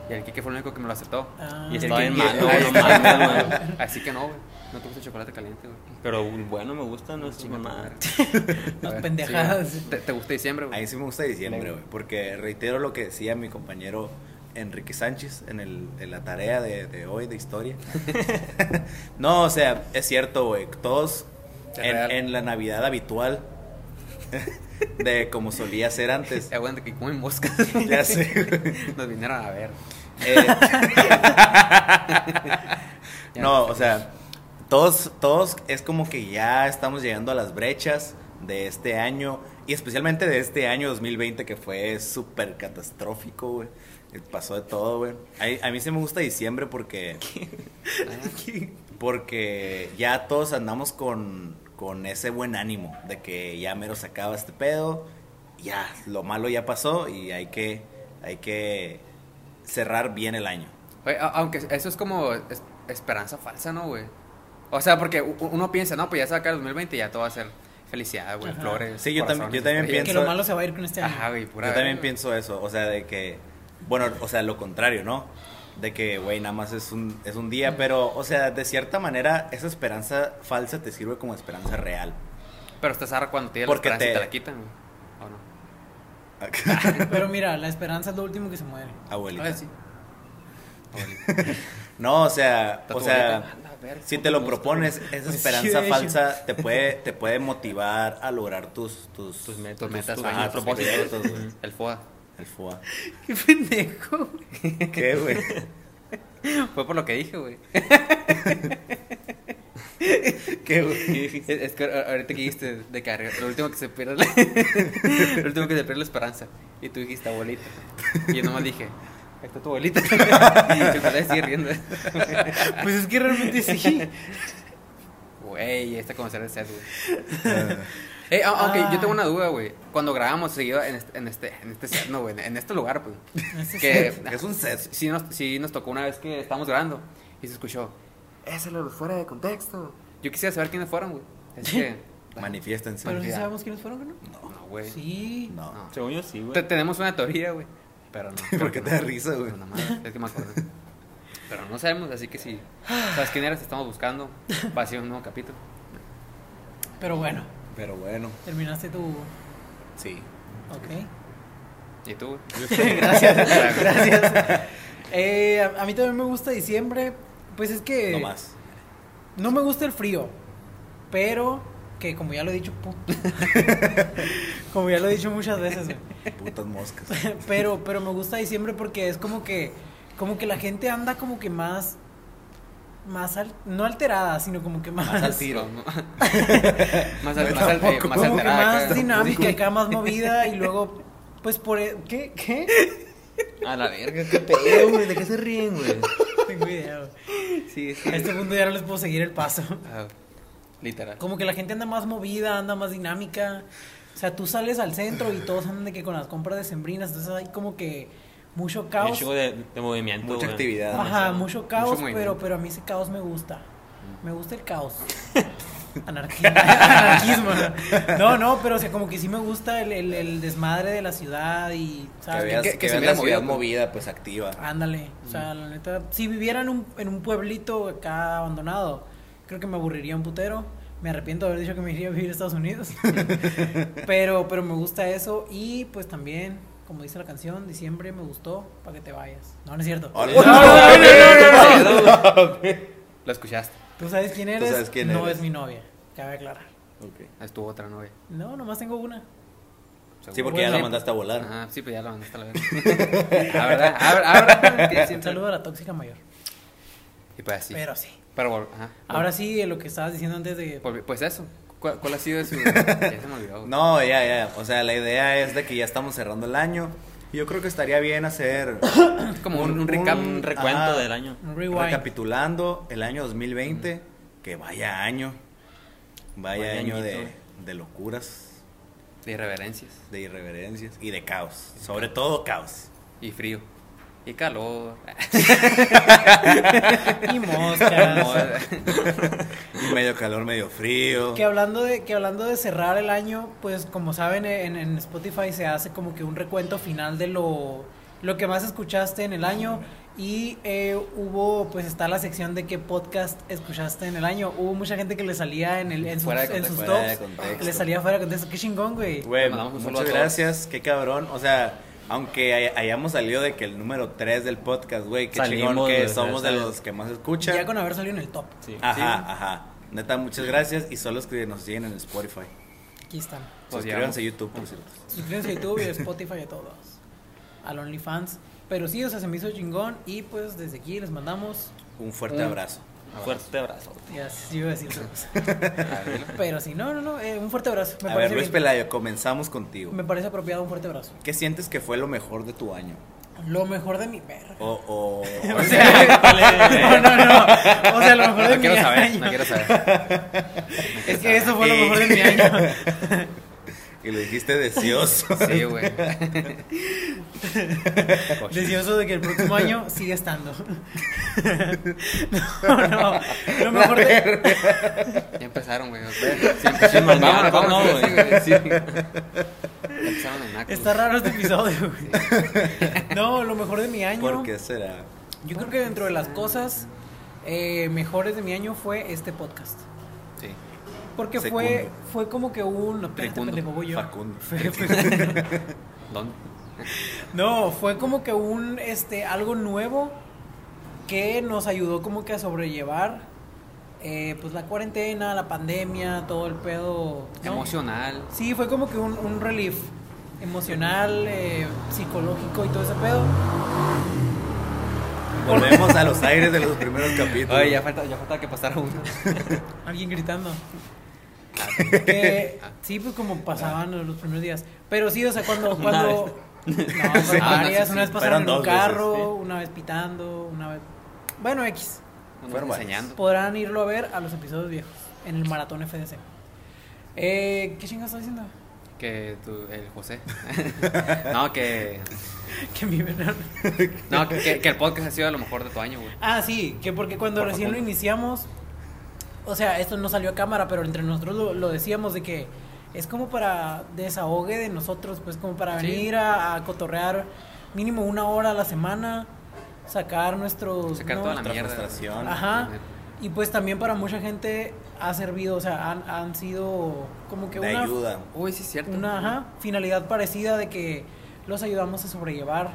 Y el Kike fue el único que me lo aceptó.
Ah.
Y
el
estaba bien
Kike-
malo,
Ay,
no
estaba
mames,
malo,
güey.
güey. Así que no, güey. No te gusta el chocolate caliente, güey.
Pero bueno, me gusta, no es
Chinga tu
mamada.
madre.
Las
A ver,
pendejadas.
sí, güey. ¿Te, te gusta diciembre,
Ahí
güey?
sí me gusta diciembre, güey, porque reitero lo que decía mi compañero Enrique Sánchez en, el, en la tarea de, de hoy de historia. no, o sea, es cierto, güey, todos
Es
en,
real.
en la Navidad habitual, de como solía ser antes.
Eh, güey, de que comen moscas.
Ya sé, güey.
Nos vinieron a ver.
Eh,
Ya
no,
sé.
o sea, todos, todos es como que ya estamos llegando a las brechas de este año y especialmente de este año 2020 que fue súper catastrófico, güey. Eh, Pasó de todo, güey. Ay, A, mí se me gusta diciembre porque, porque ya todos andamos con, con ese buen ánimo de que ya mero se acaba este pedo, ya lo malo ya pasó y hay que, hay que cerrar bien el año.
Oye, a- aunque eso es como es- esperanza falsa, ¿no, güey? O sea, porque u- uno piensa, no, pues ya se va a acabar el 2020 y ya todo va a ser felicidad, güey,
Ajá.
flores.
Sí, yo tam-
corazones,
yo también
estrellas.
que
pienso-
lo malo se va a ir con este año.
Ajá, güey, pura.
Yo también
verga,
pienso eso, o sea, de que, bueno, o sea, lo contrario, ¿no? De que, güey, nada más es un, es un día, pero, o sea, de cierta manera, esa esperanza falsa te sirve como esperanza real.
güey. Pero estás arra cuando tienes la
Porque
esperanza y
te-
te la quitan, güey. ¿O no?
Pero mira, la esperanza es lo último que se muere.
Abuelita.
Ah, sí.
No, o sea,
Está tu
o sea,
abuelita. Anda, verga,
si te lo
puto
propones, esa
Sí,
esperanza
de hecho.
falsa te puede, te puede motivar a lograr tus, tus,
Tus metas,
Tus metas,
tus
ajá,
sueños,
tus
propósitos.
proyectos, güey.
El FOA.
El FUA.
Qué pendejo.
¿Qué, güey?
Fue por lo que dije, güey.
¿Qué, güey?
Es, es que a- ahorita que dijiste de carrera, lo último que se pierde la, lo último que se pierde es la esperanza. Y tú dijiste abuelita. Y yo nomás dije, ahí está tu abuelita. y me sigue riendo.
Pues es que realmente sí.
Güey, esta comenzar el set, güey.
Ah.
Eh, au- aunque yo tengo una duda, güey. Cuando grabamos seguido en este, en este, en este set, no, güey, en este lugar, pues.
Este
que
set.
Es un set.
Sí nos, sí nos tocó una vez que estábamos grabando y se escuchó. Ese lo fuera de contexto. Yo quisiera saber quiénes fueron, güey. Es que.
Manifiéstense.
Pero sí
Ya.
sabemos quiénes fueron, ¿no?
No, güey.
Sí.
No.
No.
Según yo sí,
Te-
güey.
tenemos una teoría, güey. Pero no. creo
¿Por qué
que
te
no.
da risa, güey?
Pero nada más, es que me acuerdo. Pero no sabemos, así que si sabes quién eres, te estamos buscando. Va a ser un nuevo capítulo.
Pero bueno,
Pero bueno,
terminaste tu.
sí.
Ok.
¿Y tú, güey?
Gracias, gracias. Eh, a, a mí también me gusta diciembre. Pues es que.
No más.
No me gusta el frío, pero que como ya lo he dicho, pu- como ya lo he dicho muchas veces, güey.
Putas moscas.
pero pero me gusta diciembre porque es como que como que la gente anda como que más más al- no alterada, sino como que más
Más al tiro.
No, no. más, al-
No,
más, al- eh,
tampoco.
como
más
que
alterada
más
acá.
dinámica, acá más movida y luego pues por e- ¿qué qué?
A la verga.
¿Qué pedo, güey? ¿De qué se ríen, güey?
No Tengo idea. güey.
Sí, sí.
A este punto ya no les puedo seguir el paso.
Ah, literal.
Como que la gente anda más movida, anda más dinámica. O sea, tú sales al centro y todos andan de que con las compras de sembrinas, entonces hay como que mucho
Un
caos.
chico de, de movimiento,
Mucha
güey.
actividad.
Ajá, mucho caos,
movimiento.
pero, pero a mí ese caos me gusta. Me gusta el caos. Anarquía. Anarquismo. ¿no? No, no, pero o sea, como que sí me gusta el, el- el desmadre de la ciudad y,
Que
¿sabes?
veas,
que-
que,
que
veas
se hubiera
la ciudad
movido,
movida, pues activa.
Ándale. O sea, la neta, si viviera en un, en un pueblito acá abandonado, creo que me aburriría un putero. Me arrepiento de haber dicho que me iría a vivir a Estados Unidos. pero, pero me gusta eso. Y pues también, como dice la canción, diciembre me gustó para que te vayas. No, no es cierto.
Hola.
No, no, no, no, no, no.
Lo escuchaste.
Tú sabes quién eres.
sabes quién
no
eres.
es mi novia. Cabe aclarar.
Ok.
Es tu Ah, otra novia.
No, nomás tengo una.
Sí, porque ya
Bueno.
la mandaste a volar.
Ajá, sí, pues ya la mandaste a la verga. la verdad, ahora, ahora que
Un
siento-
saludo a la tóxica mayor.
Y pues así. Pero,
Pero sí.
vol- ajá.
Ahora sí, eh, lo que estabas diciendo antes de.
Volvi- Pues eso. ¿Cuál, cuál ha sido su.? ya se me olvidó. güey.
No, ya, ya. O sea, la idea es de que ya estamos cerrando el año. Y yo creo que estaría bien hacer
Como un, un recap.
un-
Un recuento
Ajá.
del año.
Un rewind.
recapitulando el año 2020. Que vaya año. Vaya,
Vaya
año
añito,
de,
eh.
de locuras,
de irreverencias.
de irreverencias y de caos. Sobre todo caos.
Y frío. Y calor.
Y
Ah,
moscas.
Y medio calor, medio frío.
Que hablando, de, que hablando de cerrar el año, pues como saben en, en Spotify se hace como que un recuento final de lo, lo que más escuchaste en el año y eh, hubo, pues está la sección de qué podcast escuchaste en el año. Hubo mucha gente que le salía en, el, en, sus,
Fuera de
en sus
contexto.
Fuera de
tops,
contexto.
le salía fuera de contexto. Qué chingón, güey.
Güey,
Le mandamos un saludo
muchas
a todos.
gracias, qué cabrón. O sea, aunque hay- hayamos salido de que el número 3 del podcast, güey, qué
Salimos,
chingón que
güey,
somos de
salimos.
los que más escuchan.
Ya con haber salido en el top.
Sí.
Ajá,
Sí.
ajá. Neta, muchas gracias. Y son los que nos siguen en Spotify.
Aquí están.
Pues
Suscríbanse a
llegamos.
YouTube, por cierto.
Suscríbanse a YouTube y a Spotify y a todos. Al OnlyFans. Pero sí, o sea, se me hizo chingón y pues desde aquí les mandamos...
Un fuerte
Un-
abrazo.
Fuerte abrazo.
Ya, sí, iba a decir otra cosa.
A ver,
Pero sí, no, no, no, eh, un fuerte abrazo. Me
a ver,
parece
Luis
bien.
Pelayo, comenzamos contigo.
Me parece apropiado un fuerte abrazo.
¿Qué sientes que fue lo mejor de tu año?
Lo mejor de mi verga.
O, o,
O sea, no, no, no. O sea, lo mejor de
No quiero
mi
saber,
año.
no quiero saber.
es que eso fue lo mejor de mi año.
y lo dijiste deseoso.
Sí, güey. Oh,
Deseoso de que el próximo año siga estando. No, no. Lo mejor de.
Ya empezaron, güey. Sí,
sí,
empezaron.
mañana,
Vámonos, vámonos.
no,
sí, güey, sí. Ya Empezaron los nacos.
Está raro este episodio, güey. No, lo mejor de mi año.
¿Por qué será?
Yo creo que dentro de las cosas eh, mejores de mi año fue este podcast.
Sí.
Porque fue,
Secundo.
fue como que un. No, espérate,
Fecundo.
pendejo, voy yo.
Facundo.
Fue- fue-
¿Dónde?
no, fue como que un este algo nuevo que nos ayudó como que a sobrellevar eh, pues la cuarentena, la pandemia, todo el pedo. ¿no?
Emocional.
Sí, fue como que un, un relief emocional, eh, psicológico y todo ese pedo.
Volvemos a los aires de los primeros capítulos.
Oye, ya falta, ya falta que pasara uno.
Alguien gritando. Que- sí, pues como pasaban los primeros días. Pero sí, o sea, cuando. cuando no, fueron
Sí.
varias,
Sí,
una vez
fueron
sí,
pasaron en un
dos veces,
carro,
sí.
una vez pitando, una vez. Bueno, X.
Fueron
Fueron varios.
enseñando.
Podrán irlo a ver a los episodios viejos en el maratón FDC. Eh, ¿Qué chingas estás diciendo?
Que tu, el José. no, que.
Que mi verano.
No, que, que el podcast ha sido a lo mejor de tu año, güey.
Ah, sí, que porque cuando
Por
recién lo
favor.
iniciamos, o sea, esto no salió a cámara, pero entre nosotros lo, lo decíamos de que es como para desahogue de nosotros, pues como para
Sí.
venir a, a cotorrear mínimo una hora a la semana, sacar nuestros...
Sacar
¿no?
toda la
Nuestra
mierda. Ah,
frustración.
Ajá. Y pues también para mucha gente ha servido, o sea, han, han sido como que
de
una,
ayuda.
Uy, sí, es cierto.
una ajá, finalidad parecida de que los ayudamos a sobrellevar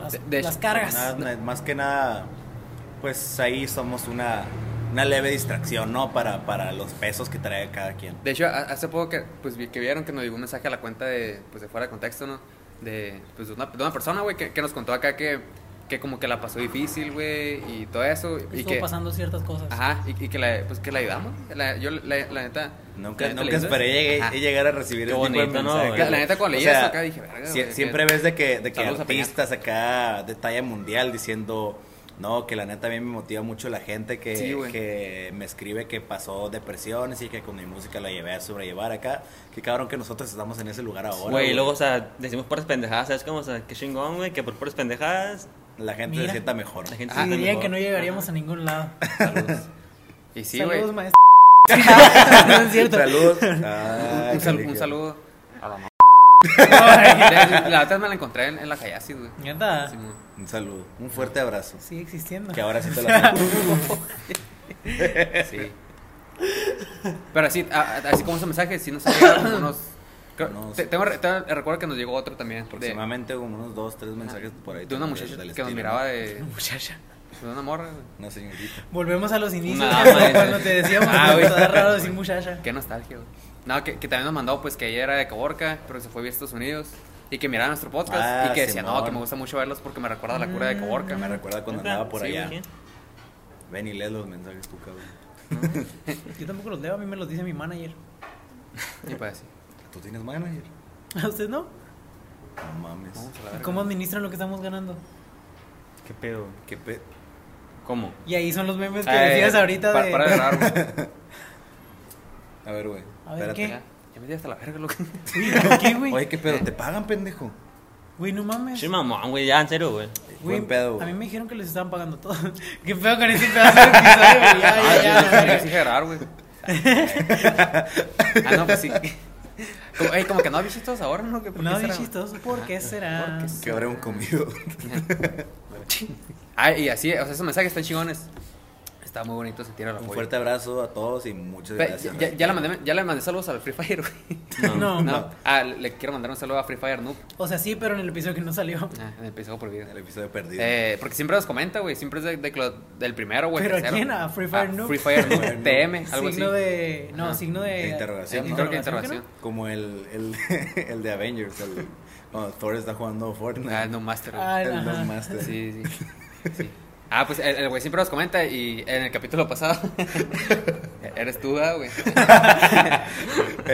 las,
De- de hecho,
las cargas.
Nada- na- más que nada, pues ahí somos una, una leve distracción, ¿no? Para, para los pesos que trae cada quien.
De hecho, a- hace poco que, pues, vi- que vieron que nos llegó un mensaje a la cuenta de, pues, de fuera de contexto, ¿no? De, pues, de, una, de una persona, güey, que, que nos contó acá que, que como que la pasó difícil, güey, y todo eso. Y
Estuvo
que,
pasando ciertas cosas.
Ajá, y, y que la, pues, que la ayudamos. La- yo, la, la neta...
Nunca,
la
nunca
neta le ayudas.
esperé llegué-
Ajá.
llegar a recibir
Qué
ese tipo de
bonito, ¿no?
mensajes,
La- la
güey.
neta, cuando
O
leí eso
sea,
acá, dije, "Verga,
sie-
güey,
Siempre
que-
ves de que, de que
Saludos a Peña.
artistas acá de talla mundial diciendo, no, que la neta a mí me motiva mucho la gente que,
Sí, güey.
que me escribe que pasó depresiones y que con mi música la llevé a sobrellevar acá. Qué cabrón que nosotros estamos en ese lugar ahora.
Güey, y luego, o sea, decimos puras pendejadas, ¿sabes cómo? O sea, qué chingón, güey, que por puras pendejadas
La gente
Mira.
se sienta mejor.
la gente
Ah,
Sí,
siente
dirían
mejor.
que no llegaríamos a ningún lado.
Saludos. Y sí, güey.
Saludos,
Un,
maestro. no es cierto.
Saludos. Ah,
un sal- un saludo. la otra vez me la encontré en, en la calle, güey.
Neta,
Simón.
Un saludo. Un fuerte abrazo.
sigue existiendo.
Que ahora sí te la
Sí. Pero así, a- a- así como ese mensaje, sí nos ha llegado como unos... creo-
Unos-
te- tengo, re- te- recuerdo que nos llegó otro también. De,
Aproximadamente como unos dos, tres mensajes por ahí.
de una
del-
muchacha
del
que nos
estilo,
miraba
¿no?
de,
Muchacha.
de una morra, güey.
Una señorita.
Volvemos a los inicios.
Una dama,
cuando
dice.
te decíamos
Ah,
que
güey.
estaba raro decir muchacha.
Qué nostalgia, güey. No, que, que también nos mandó pues que ella era de Caborca, pero se fue a Estados Unidos. Y que miraba nuestro podcast
Ah,
y que decía, no,
Simón. Mm.
que me gusta mucho verlos porque me recuerda a la cura de Caborca.
Me recuerda cuando andaba por
Sí,
allá.
güey.
Ven y lee los mensajes tú, cabrón.
Yo tampoco los leo, a mí me los dice mi manager.
Y pues así.
¿Tú tienes manager?
¿A usted no?
No mames.
Vamos a la verga.
¿Cómo administran lo que estamos ganando?
¿Qué pedo?
¿Qué pe...
¿Cómo?
Y ahí son los memes que
Ay,
decías ahorita
Eh, pa-
de...
Para de grabar, güey.
A ver, güey.
A ver,
espérate.
Ya, ya me di hasta la verga, loco.
Uy, ¿Qué, güey?
Oye, ¿qué
Eh.
pedo? ¿Te pagan, pendejo?
Güey, no mames.
Sí, mamón, güey, ya, en serio, güey.
Güey,
Buen pedo,
A mí
güey.
me dijeron que les estaban pagando todo. Qué pedo con ese pedazo de episodio, güey. Ya,
Ah,
ya, ya,
yo-
la
yo- yo
verga.
sí dije grabar, güey. Ah, no, pues sí. Como, ey, como que no había chistosos ahora, ¿no? Que por qué
No, bien
será?
chistoso. ¿Por qué será?
¿Por qué?
Que habremos comido.
Ah, y así, o sea, esos mensajes están chingones. Está muy bonito sentir el
Un
apoyo.
fuerte abrazo a todos y muchas
Pe-
gracias.
ya, ya le mandé, ya le mandé saludos al Free Fire, güey.
No.
No. Ah, le- le quiero mandar un saludo a Free Fire Noob.
O sea, sí, pero en el episodio que no salió.
Ah, en el episodio prohibido.
El episodio perdido.
Eh, porque siempre nos comenta, güey. Siempre es de, de que lo- del primero, güey.
¿Pero a
tercero. Ah,
quién? ¿A Free Fire Noob?
Free Fire Noob,
Noob.
TM, algo así.
signo de... No,
Ajá.
signo de...
De interrogación,
Sí,
¿no?
creo que
¿qué
interrogación.
no?
Como el, el, el de Avengers. El, cuando Thor está jugando Fortnite.
Ah, no, Master, güey.
Ah,
El
ajá.
Dog Master.
Sí, sí, sí. Ah, pues el el güey siempre nos comenta y en el capítulo pasado eres tú, ah, güey.
El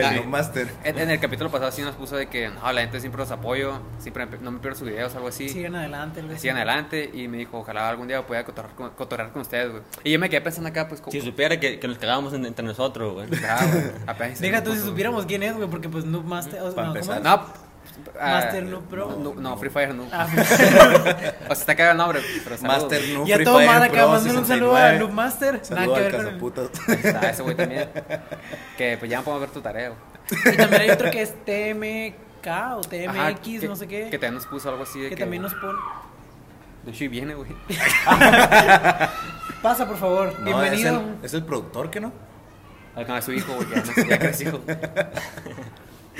Ah,
Dog Master.
En, en el capítulo pasado sí nos puso de que, no, la gente siempre los apoyo, siempre me- no me pierdo sus videos, algo así.
Sigan adelante. güey.
Sigan adelante y me dijo, ojalá algún día pueda cotorrar con, cotorrear con ustedes, güey. Y yo me quedé pensando acá, pues, como...
Si supiera que, que nos cagábamos en- entre nosotros, güey.
Ah, güey, apenas se
Deja
me
tú si
puso-
supiéramos quién es, güey, porque pues Noob Master... o-
Para
no, ¿cómo
empezar.
es?
No, ah,
Master Noob Pro.
No, no, Free Fire no.
Ah,
O sea, está cagado el nombre, pero saludos.
Master Noob.
Ya
Free
todo
Fire
mal acá,
Pro
mandando un saludo a
69.
Noob Master. Nada
Saludos
que
al
ver con el...
cazaputas.
Está Ah, ese güey también. Que pues ya no podemos ver tu tarea, güey.
Y también hay otro que es TMK o TMX,
Ajá, que-
no sé qué.
Que
Que,
también nos puso algo así de que.
también nos pone.
De hecho, y viene, güey.
Pasa, por favor.
No,
Bienvenido.
Es el, es el productor, ¿qué no?
Ah, no, es su hijo, güey. Ya, no, ya creció. Pero.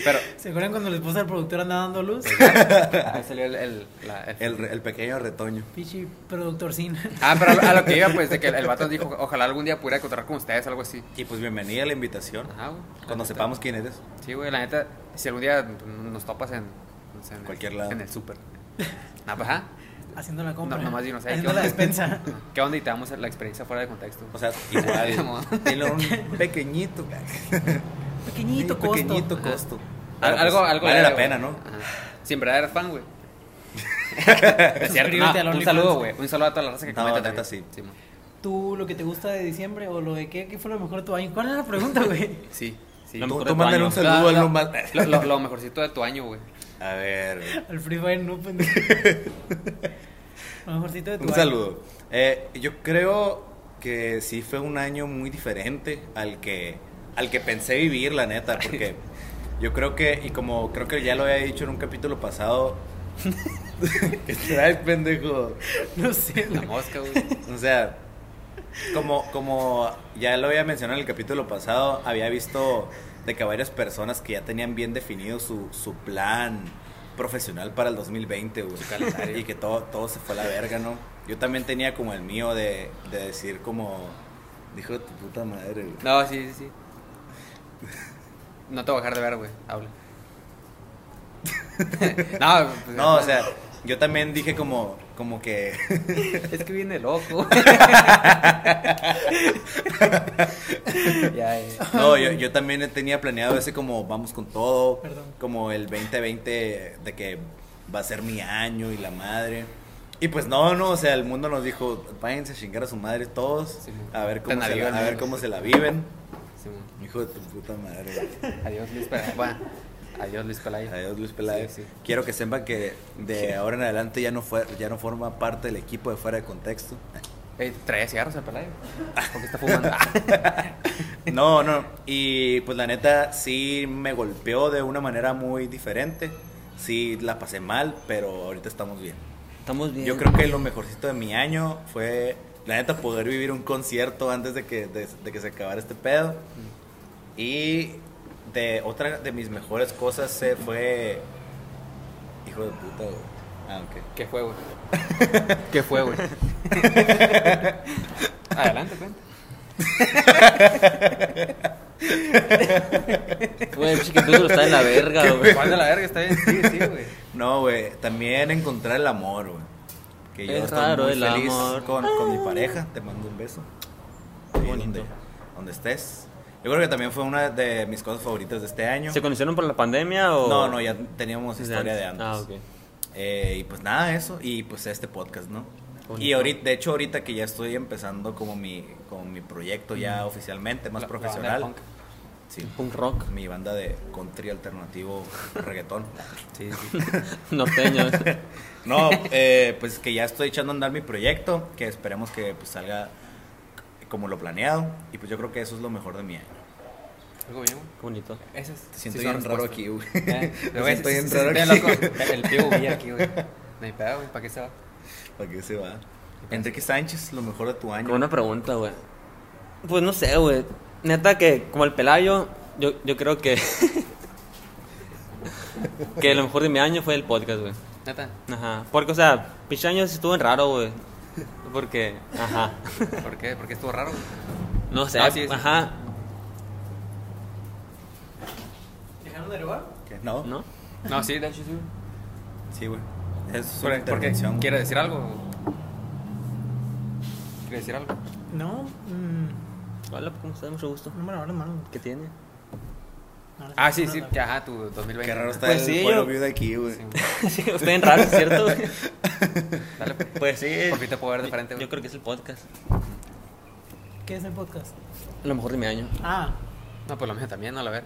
pues,
¿Se acuerdan cuando la esposa del productor anda dando luz?
Ahí salió el. el, la- el-
El, re- el pequeño retoño.
Pichi productorcín.
Ah, pero a lo, a lo que iba, pues, de que el, el vato dijo: Ojalá algún día pudiera encontrar con ustedes, algo así.
Y pues bienvenida a la invitación.
Ajá, güey.
Cuando sepamos quién eres.
Sí, güey, la neta, si algún día nos topas en. No sé, en el-
Cualquier lado.
En el súper. Ah, pues, ajá.
Haciendo la compra.
No, nomás dinos, ¿eh? ¿Qué
Haciendo la
onda?
despensa.
¿Qué onda? Y te damos la experiencia fuera de contexto.
O sea,
Simón.
igual. Tiene un pequeñito.
Pequeñito
un
costo.
Pequeñito
Ajá.
costo.
Al-
Pero,
algo,
pues,
algo
Vale
leve,
la
güey.
pena, ¿no?
Ajá. Si en verdad eres fan, güey. es cierto,
Suscríbete al
no, un
OnlyFans.
saludo, güey. Un saludo a toda la raza que
No,
comenta.
neta,
también.
sí.
mo.
¿Tú lo que te gusta de diciembre o lo de qué, qué fue lo mejor de tu año? ¿Cuál era la pregunta, güey?
Sí, sí.
Lo
Tú-
mejor de
Tú
tu
mándale
año.
un saludo al
lo,
Lomba-
lo- lo- lo mejorcito de tu año, güey.
A ver. güey.
Al Free Fire no, pendejo. Lo mejorcito de tu
Un
año.
saludo. Eh, yo creo que sí fue un año muy diferente al que, al que pensé vivir, la neta, porque yo creo que, y como creo que ya lo había dicho en un capítulo pasado, que traes, pendejo.
No sé.
La
güey.
mosca, güey.
O sea, como, como ya lo había mencionado en el capítulo pasado, había visto de que varias personas que ya tenían bien definido su, su plan profesional para el 2020, güey.
calendario.
Y que todo, todo se fue a la verga, ¿no? Yo también tenía como el mío de, de decir como... Dijo tu puta madre, güey.
No, sí, sí, sí. No te voy a dejar de ver, güey. Habla. no, pues,
No, o sea, yo también dije como, como que...
Es que viene loco. ya, eh.
No, yo, yo también tenía planeado ese como vamos con todo,
Perdón.
como el 2020 de que va a ser mi año y la madre. Y pues no, no, o sea, el mundo nos dijo, váyanse a chingar a su madre todos,
Sí, mo.
a ver
Tan
cómo, se la,
alivian,
a ver
¿no?
cómo se la viven.
Sí, mo.
Hijo de tu puta madre.
Adiós, Luis Pelayo. Bueno, adiós, Luis Pelayo.
Adiós Luis Peláez.
Sí, sí.
Quiero que sepan que de ahora en adelante ya no fue, ya no forma parte del equipo de fuera de contexto.
Ey, Eh, traía cigarros el Pelayo. Porque está fumando. Ah,
No, no. Y pues la neta sí me golpeó de una manera muy diferente. Sí la pasé mal, pero ahorita estamos bien.
Estamos bien.
Yo creo que lo mejorcito de mi año fue, la neta, poder vivir un concierto antes de que, de, de que se acabara este pedo. Y de otra de mis mejores cosas se fue... Hijo de puta, güey. Ah, ok.
¿Qué fue, güey? ¿Qué fue, güey? pues. Adelante, cuenta.
Güey, el chiquitúculo está en la
Ah,
verga, güey.
¿Cuál de la verga? Está bien, sí, sí, güey.
No, güey, también encontrar el amor, güey. Que yo
Es
estoy
raro
muy
el
feliz
amor. Ah.
Con, con mi pareja, te mando un beso. Ahí Donde, donde estés. Yo creo que también fue una de mis cosas favoritas de este año.
¿Se conocieron por la pandemia o...?
No, no, ya teníamos
Desde
historia de antes.
antes. Ah, ok.
Eh, y pues nada, eso. Y pues este podcast, ¿no?
Bonito.
Y ahorita, de hecho, ahorita que ya estoy empezando como mi, como mi proyecto
Mm.
ya oficialmente, más
La- la
profesional.
banda de
sí.
Punk rock.
Mi banda de country alternativo reggaetón.
Sí, sí.
Norteño.
No, eh, pues que ya estoy echando a andar mi proyecto, que esperemos que pues, salga como lo planeado. Y pues yo creo que eso es lo mejor de mi año.
Algo bien, güey.
Bonito.
Esas
Te siento
sí son
bien raro
respuestas.
aquí, güey.
Eh,
Me
güey,
siento
se-
bien
se-
raro
se-
aquí.
loco. El tío Bobilla aquí, güey. No hay pedo, güey. ¿Para qué se va?
¿Para qué se va? Enrique Sánchez, lo mejor de tu
Qué
año.
buena pregunta, güey. Pues no sé, güey. Neta que como el pelayo, yo, yo creo que... que lo mejor de mi año fue el podcast, güey.
Neta.
Ajá. Porque, o sea, pinche año sí estuvo en raro, güey. Porque, ajá.
¿Por qué? ¿Por qué estuvo raro? güey?
No sé, pues,
Ah, sí, sí.
ajá.
¿Dejaron de grabar?
¿Qué? ¿No?
¿No?
No, sí, de hecho sí.
Sí, güey. Es una
Porque, porque
intervención.
quiere decir algo. ¿Quiere decir algo?
No, mm,
Hola, pues, ¿cómo estás? Mucho gusto.
no me lavaron las manos.
¿Qué tiene?
No, las
Ah, sí,
manos
sí.
lavadas.
que Ajá, tu 2020.
Qué raro está
Pues
el
sí,
pueblo
yo-
viudo aquí, güey.
Sí,
sí, estoy en raro, ¿cierto? güey?
Dale, pues.
Pues sí.
Por fin te puedo ver de frente, güey.
Yo creo que es el podcast.
¿Qué es el podcast?
Lo mejor de mi año.
Ah,
No, pues lo mío también, no, la ver.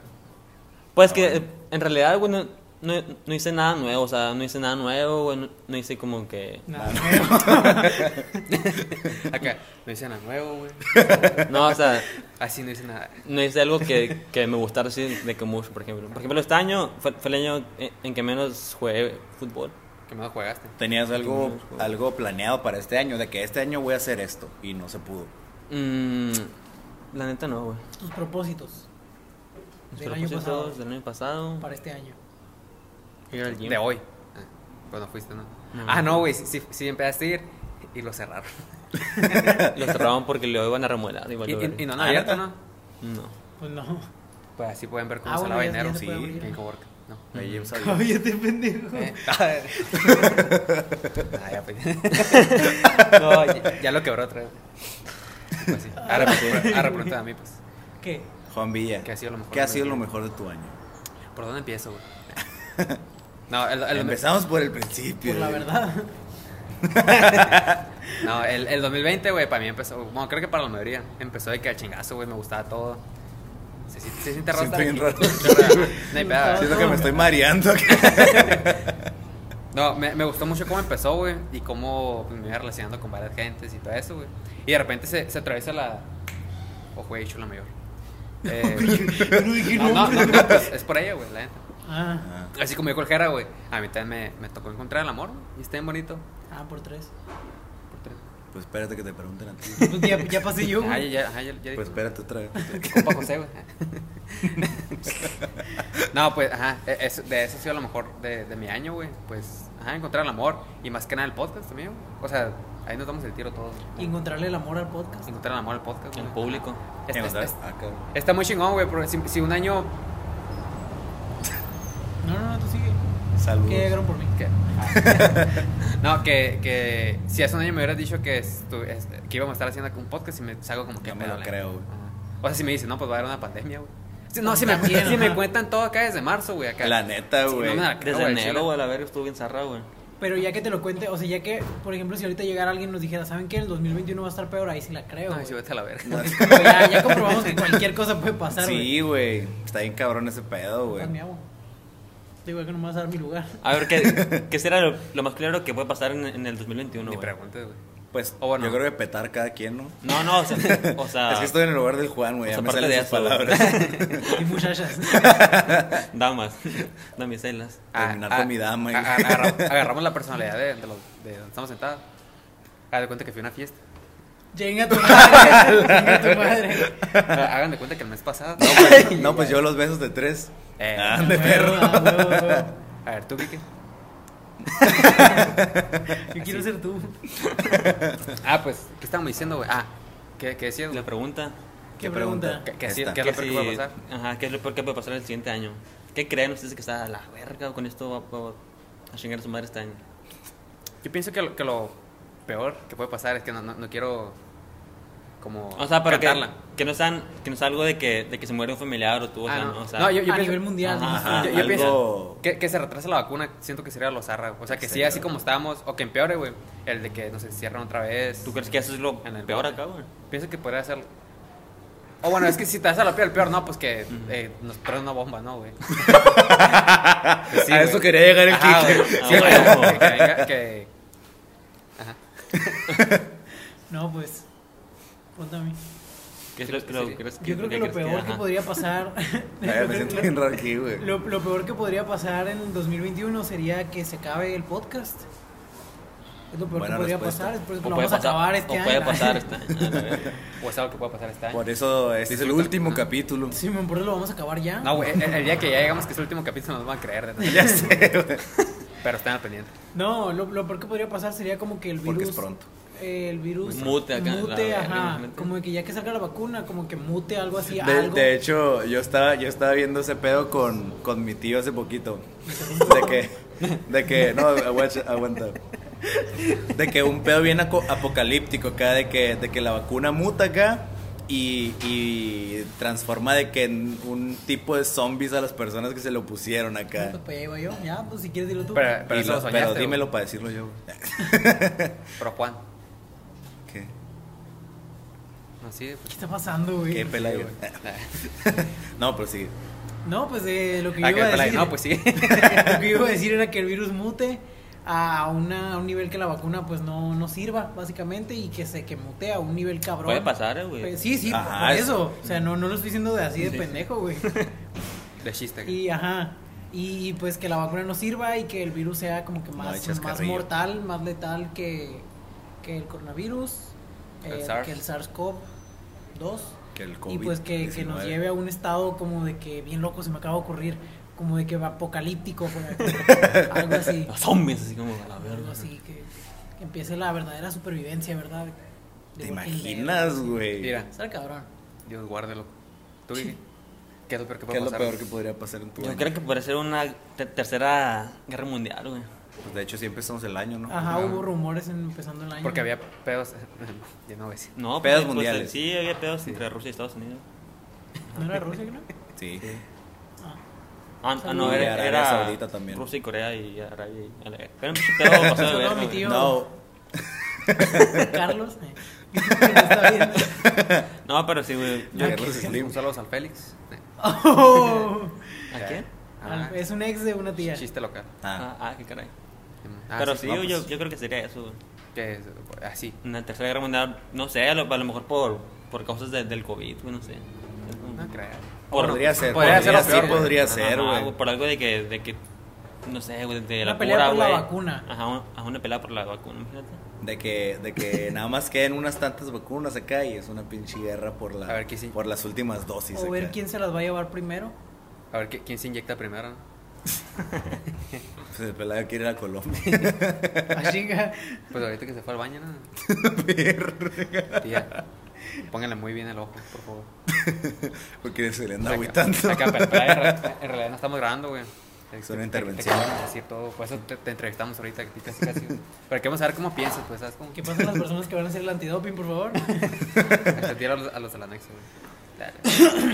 Pues que eh, en realidad, güey, no, no- no hice nada nuevo, o sea, no hice nada nuevo, güey, no, no hice como que...
nada.
Acá, no hice nada nuevo, güey.
No, o sea,
Así no hice nada.
no hice algo que, que me gustara así de que mucho, por ejemplo. Por ejemplo, este año fue, fue el año en, en que menos jugué fútbol.
Que me jugaste.
Tenías algo,
Teníamos, güey.
algo planeado para este año, de que este año voy a hacer esto. Y no se pudo.
Mm, la neta no, güey.
Tus propósitos
Mis
Del año
propósitos
pasado.
Del año pasado.
para este año.
Ir al gym.
De hoy. Ah, pues no fuiste, ¿no?
No.
Ah, no, güey. Sí, sí, sí empezaste a ir y lo cerraron.
Lo cerraron porque lo iban a remodelar. Y,
Y,
valió
y, y
verga.
no han
Ah,
abierto,
¿neta?
¿no?
No.
Pues no.
Pues así pueden ver cómo
Ah,
se
bueno,
lava
ya- ya
dinero.
se
Sí,
puede abrir.
en Cowork. No.
Ahí James Aguilar.
Cállate, pendejo.
Eh, ah, ya, pues. no, ya, ya lo quebró otra vez. Pues sí. Ahora, pues, ahora pregunta a mí, pues.
¿Qué?
Juan Villa.
¿Qué ha sido lo mejor
¿Qué ha
de
sido
tu
lo
año?
mejor de tu año?
¿Por dónde empiezo, güey? No, el, el,
Empezamos por el principio.
Pues
Por la
güey.
verdad.
no, el, el 2020, güey, para mí empezó. Bueno, creo que para la mayoría. Empezó de que al chingazo, güey, me gustaba todo. Se, si- se siente raro.
Siento
estar
bien
aquí.
raro.
Siento raro. No hay pedo, güey.
Siento que me estoy mareando. aquí.
No, me, me gustó mucho cómo empezó, güey, y cómo me iba relacionando con varias gentes y todo eso, güey. Y de repente se, se atraviesa la... Ojo, he dicho la mayor. Eh,
Yo no dije
no, no,
nombre.
no, no, pues, es por ella, güey, la neta.
Ah,
Ah,
Así como dijo el Jera, güey, a mí también me, me tocó encontrar el amor, güey, y está bien bonito.
ah, por tres.
Por tres.
Pues espérate que te pregunten a ti.
Pues ya, ya pasé yo.
Ah, ya,
güey.
ya, ajá, ya, ya dije.
Pues espérate otra vez.
Compa José, güey. no, pues, ajá, e- eso- de eso ha sido a lo mejor de, de mi año, güey. Pues, ajá, encontrar el amor, y más que nada el podcast también, güey. O sea, ahí nos damos el tiro todos.
Y
güey.
encontrarle el amor al podcast.
encontrar el amor al podcast.
En
güey.
público.
Es- es- es-
Ah, cabrón.
está muy chingón, güey, porque si, si un año...
No, no, no, tú sigue.
Saludos.
¿Qué llegaron por mí?
que- no, que, que si hace un año me hubieras dicho que, estu- es- que íbamos a estar haciendo un podcast y me salgo como que...
No me lo
pedo, la
creo,
neta.
güey.
Ajá. O sea, si me dicen, no, pues va a haber una pandemia, güey. Si- No,
Pues
si me,
también,
si me
ajá.
cuentan todo acá desde marzo, güey, acá.
La neta, güey.
Ah, no me la-
Desde
güey, chile.
enero, güey, a la verga estuvo bien zarra, güey.
Pero ya que te lo cuente, o sea, ya que, por ejemplo, si ahorita llegara alguien y nos dijera, ¿saben qué? El 2021 va a estar peor, ahí sí la creo.
No,
güey.
sí, vete a la verga.
Así como ya, ya comprobamos que cualquier cosa puede pasar.
sí, güey. Está bien cabrón ese pedo,
güey.
güey.
Estás miau. Digo, que no me vas a dar mi lugar.
A ver, ¿qué, qué será lo, lo más claro que puede pasar en, en el 2021,
Ni
güey?
preguntes, güey.
Pues
O bueno.
yo creo que petar cada quien, ¿no?
No, no, o sea... O sea
es que estoy en el lugar del Juan, güey.
o
Ya
sea,
me
aparte
salen
de
esas
eso, güey.
palabras.
Y muchachas.
Damas. Damiselas.
Terminar con mi dama y-
a- a- agarra- agarramos la personalidad de, de, los, de donde estamos sentados. Haz de cuenta que fui a una fiesta.
Llega tu madre. Llega tu madre.
Hagan de cuenta que el mes pasado.
No, pues, no, pues yo los besos de tres.
Eh,
Ah,
A
de perro.
huevo, a huevo, a huevo.
A ver, tú, Kike.
Yo quiero ser tú.
Ah, pues, ¿qué estábamos diciendo, güey? Ah, ¿qué, qué decías,
La
güey?
pregunta...
¿Qué pregunta?
¿Qué, qué, sí-
Esta.
qué es lo peor que puede pasar?
Ajá, ¿qué es lo peor que puede pasar el siguiente año? ¿Qué creen ustedes que está a la verga con esto? Va, va- va a chingar a su madre este año.
Yo pienso que lo, que lo peor que puede pasar es que no, no, no quiero como
O sea, pero que,
cantarla.
que no sean, que no sea algo de que, de que se muere un familiar o tú, o
Ah,
sea,
no.
no, o sea,
No, yo-
a
pienso-
nivel mundial.
Ajá,
¿no?
ajá.
yo, yo
algo-
pienso que, que se retrase la vacuna, siento que sería lo zarra, o sea, que
Sí,
siga así
¿verdad?
como estábamos, o que empeore, güey, el de que nos encierran otra vez.
¿Tú crees que eso es lo
En el
peor
bote.
acá, güey?
Pienso que podría ser... O bueno, es que si te das a lo peor, el peor no, pues que eh, nos traen una bomba, ¿no, güey? Pues sí,
a
güey.
eso quería llegar el
Ajá,
Kike.
güey.
Ah,
Sí,
bueno.
güey, que venga- que-
No, pues. Ponte a mí.
¿Qué es
Sí,
lo,
sí,
que lo-
sí.
crees que-
Yo creo que lo
crees
peor que
ajá.
podría pasar.
Ay,
lo,
me
creo-
siento bien raro aquí, güey.
lo- lo peor que podría pasar en el 2021 sería que se acabe el podcast. Es lo peor
Buena
que podría
respuesta.
pasar. Es por eso que
O
lo
puede
vamos a
pasar-
acabar este
o
año.
puede pasar este año. a la verga.
O es algo que puede pasar este año.
Por eso este es el
Disfruta.
último capítulo.
Sí, man, por eso lo vamos a acabar ya.
No, güey, el, el día que ya llegamos que es el último capítulo nos van a creer, de neta.
Ya sé, güey.
pero estén al pendiente.
No, lo, lo peor que podría pasar sería como que el virus.
Porque es pronto.
eh, El virus
Mute acá, la
mute,
verga,
ajá,
imagínate.
como que ya que salga la vacuna, como que mute algo así,
De,
algo.
de hecho, yo estaba, yo estaba viendo ese pedo con, con mi tío hace poquito. De que, de que, no, aguacha- aguanta. De que un pedo bien aco- apocalíptico acá, de que, de que la vacuna muta acá y, y transforma de que en un tipo de zombies a las personas que se lo pusieron acá.
Pues, pues, ahí voy yo, ya, pues si quieres dilo tú.
Pero, pero
Y
eso
lo-
lo soñaste,
pero
güey.
dímelo para decirlo yo. güey.
Pero Juan,
¿Qué?
así, pues,
¿Qué está pasando, güey?
¿Qué pela, güey? No, pero sí.
No, pues eh, lo que yo
Ah, que
iba a
pela-
decir.
No, pues sí.
lo que yo iba a decir era que el virus mute a, una, a un nivel que la vacuna pues no, no sirva, básicamente, y que se que mute a un nivel cabrón.
Puede pasar, eh, güey.
Pues, sí, sí,
Ajá,
por
es-
eso. O sea, no, no lo estoy diciendo de así de
Sí.
pendejo, güey.
De chiste. güey.
Y ajá. Y pues que la vacuna no sirva y que el virus sea como que
No,
más,
echas
más
carrillo.
mortal, más letal que, que el coronavirus,
El
eh,
SARS.
que el SARS-CoV-2.
Que el
Y pues que, que nos
COVID-19.
lleve a un estado como de que bien loco se me acaba de ocurrir, como de que va apocalíptico, como- algo así.
Los zombies, así como a la
Algo
verga.
así, que, que empiece la verdadera supervivencia, ¿verdad?
¿Te
De Walking Dead.
imaginas, güey?
Mira,
Está el cabrón.
Dios guárdelo. ¿Tú Vicky? ¿Qué es lo peor
¿Qué
que puede
es lo
pasar?
peor que podría pasar en tu
Yo
año?
creo que puede ser una te- tercera guerra mundial, güey.
Pues de hecho, siempre estamos el año, ¿no?
Ajá,
Ajá.
hubo rumores en- empezando el año.
Porque había pedos. ya no voy a decir.
No,
Pedos
pues,
mundiales.
sí, había pedos entre Rusia y Estados Unidos.
¿No era Rusia, creo?
Sí.
Ah.
Ah, ah,
Y
no, era,
Arabia
era
Saudita también.
Rusia y Corea y Arabia. Y... a la verga. Pero mucho pedo pasó de
Solo
verga,
mi
güey.
tío.
No,
Carlos. eh, que no está bien.
No, pero sí, güey.
yo
Ah,
guerra
¿qué?
Slim.
Un saludo al Félix.
Oh.
¿A quién?
Ah,
es un ex de una tía.
Chiste local.
Ah,
Ah, ah, qué caray.
Ah,
pero sí,
no,
yo,
pues,
yo creo que sería eso, güey.
que es- Así.
Una tercera guerra mundial, no sé, a lo, a lo mejor por, por causas de- del COVID, güey, no sé. Es como-
No creas.
Por-
podría ser.
podría
Podría,
ser lo
ser,
peor,
sí,
güey.
podría
Ajá,
ser,
ajá,
güey.
Por algo de que, de que no sé, güey, de
Una
la
pelea
cura,
por la
güey.
vacuna.
Ajá, un- ajá, una pelea por la vacuna, imagínate.
De que, de que nada más queden unas tantas vacunas acá y es una pinche guerra por, la,
A ver, ¿qué sí?
por las últimas dosis.
O ver
acá.
quién se las va a llevar primero.
A ver, ¿qui- ¿quién se inyecta primero? no?
Pues el pelado quiere ir a Colombia.
A Ah, chinga.
Pues ahorita que se fue al baño, ¿no? Tía, pónganle muy bien el ojo, por favor.
Porque se le anda
Acá-
agüitando.
acá, pero- pero en re- en realidad no estamos grabando, güey.
Es
Te-
una
te-
intervención.
Te, queremos decir todo, por eso te, te entrevistamos ahorita, que casi casi. güey. Pero queremos saber cómo piensas, pues, ¿sabes? Cómo?
¿Qué pasa con las personas que van a hacer el antidoping, por favor?
Exceptiar a los, a los del anexo, güey. Dale.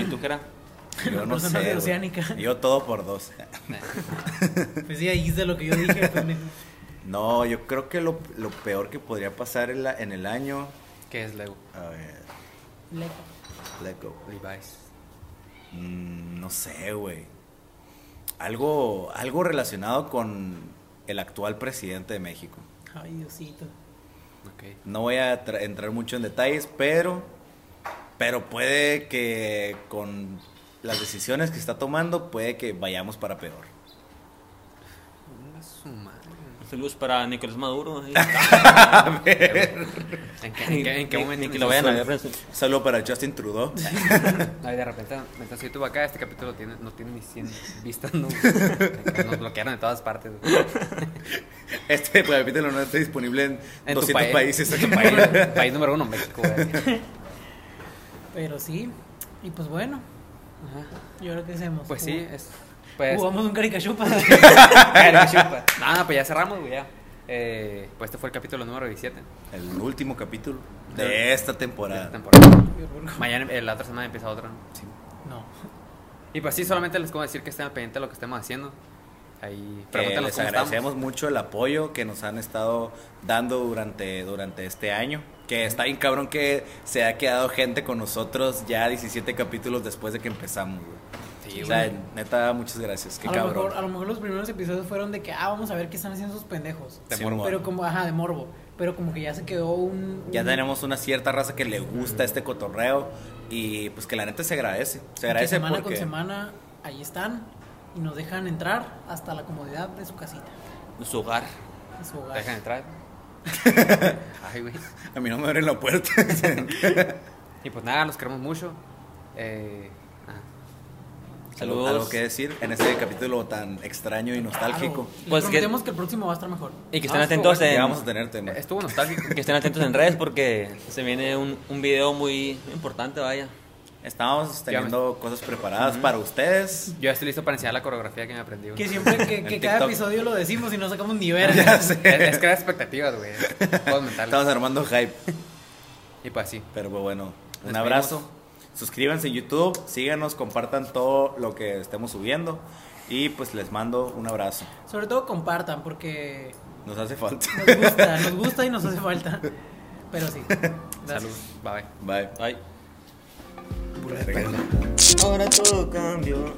¿Y tú qué era?
Yo no
Personas
sé.
de
güey.
Oceánica.
Yo todo por dos.
Pues sí, ahí es de lo que yo dije. pues, pendejo.
No, yo creo que lo, lo peor que podría pasar en, la- en el año.
¿Qué es Lego?
A ver,
Leco.
let go.
Levi's.
Mm, no sé, güey. Algo, algo relacionado con el actual presidente de México.
Ay, Diosito.
Ok.
No voy a tra- entrar mucho en detalles, pero, pero puede que con las decisiones que está tomando, puede que vayamos para peor.
Una su madre.
Saludos para Nicolás Maduro. ahí.
¿En qué, en qué, en qué
Ni-
momento?
ni que
nos-
lo vayan a ver. pues,
Solo para Justin Trudeau.
Ay, de repente, mientras yo estuve acá, este capítulo tiene, no tiene ni 100 vistas, ¿no? Nos bloquearon en todas partes. güey.
Este capítulo no está disponible en,
En tu
200
país.
países.
País, país número uno, México, güey.
Pero sí, y pues bueno,
Ajá.
¿y ahora qué hacemos?
Pues sí, es.
Pues...
Pues.
Jugamos un caricachupa.
Nada, pues ya cerramos, güey. ya. Eh, pues este fue el capítulo número 17 de
El último capítulo de esta temporada.
esta temporada.
no.
Mañana, eh, la otra semana empieza otra, ¿no? Y pues sí, solamente les puedo decir que estén al pendiente de lo que estemos haciendo. Ahí
Que
pregúntanos
Eh, les
cómo
agradecemos
estamos.
mucho el apoyo que nos han estado dando durante, durante este año. Que está bien cabrón que se ha quedado gente con nosotros ya 17 capítulos después de que empezamos, güey.
Sí,
o sea,
güey.
neta, muchas gracias. Qué
A lo,
cabrón.
mejor, a lo mejor los primeros episodios fueron de que, ah, vamos a ver qué están haciendo esos pendejos.
Te
Sí,
morbo.
Pero como, ajá, de morbo. Pero como que ya se quedó un.
Ya
un-
tenemos una cierta raza que le gusta este cotorreo y pues que la neta se agradece. Se
que
agradece
semana
porque
con semana, ahí están. Y nos dejan entrar hasta la comodidad de su casita,
Su hogar.
de su
¿Te
hogar.
dejan entrar? Ay, güey.
a mí no me abren la puerta.
Y pues nada, los queremos mucho. Eh, ah,
Saludos.
Saludos.
Algo que decir en este capítulo tan extraño y nostálgico.
Claro. Les
Pues que-
prometemos que... el próximo va a estar mejor.
Y que estén
Ah,
atentos
estuvo
Ya
en,
vamos a tener tema.
estuvo nostálgico.
que estén atentos en redes porque se viene un, un video muy importante, vaya.
Estábamos teniendo cosas preparadas para ustedes.
Yo ya estoy listo para enseñar la coreografía que me aprendí. güey.
Que siempre que,
En
que cada
TikTok.
episodio lo decimos y no sacamos ni verga.
Es, es crear expectativas, güey. Todos
Estamos
mentales.
armando hype.
Y pues sí.
Pero bueno, un
Despedimos.
abrazo. Suscríbanse en YouTube, síganos, compartan todo lo que estemos subiendo. Y pues les mando un abrazo.
Sobre todo compartan, porque
Nos hace falta.
nos gusta, nos gusta y nos hace falta. Pero sí.
Salud. Bye bye.
Bye.
Bye.
Verga.
Ahora todo cambió.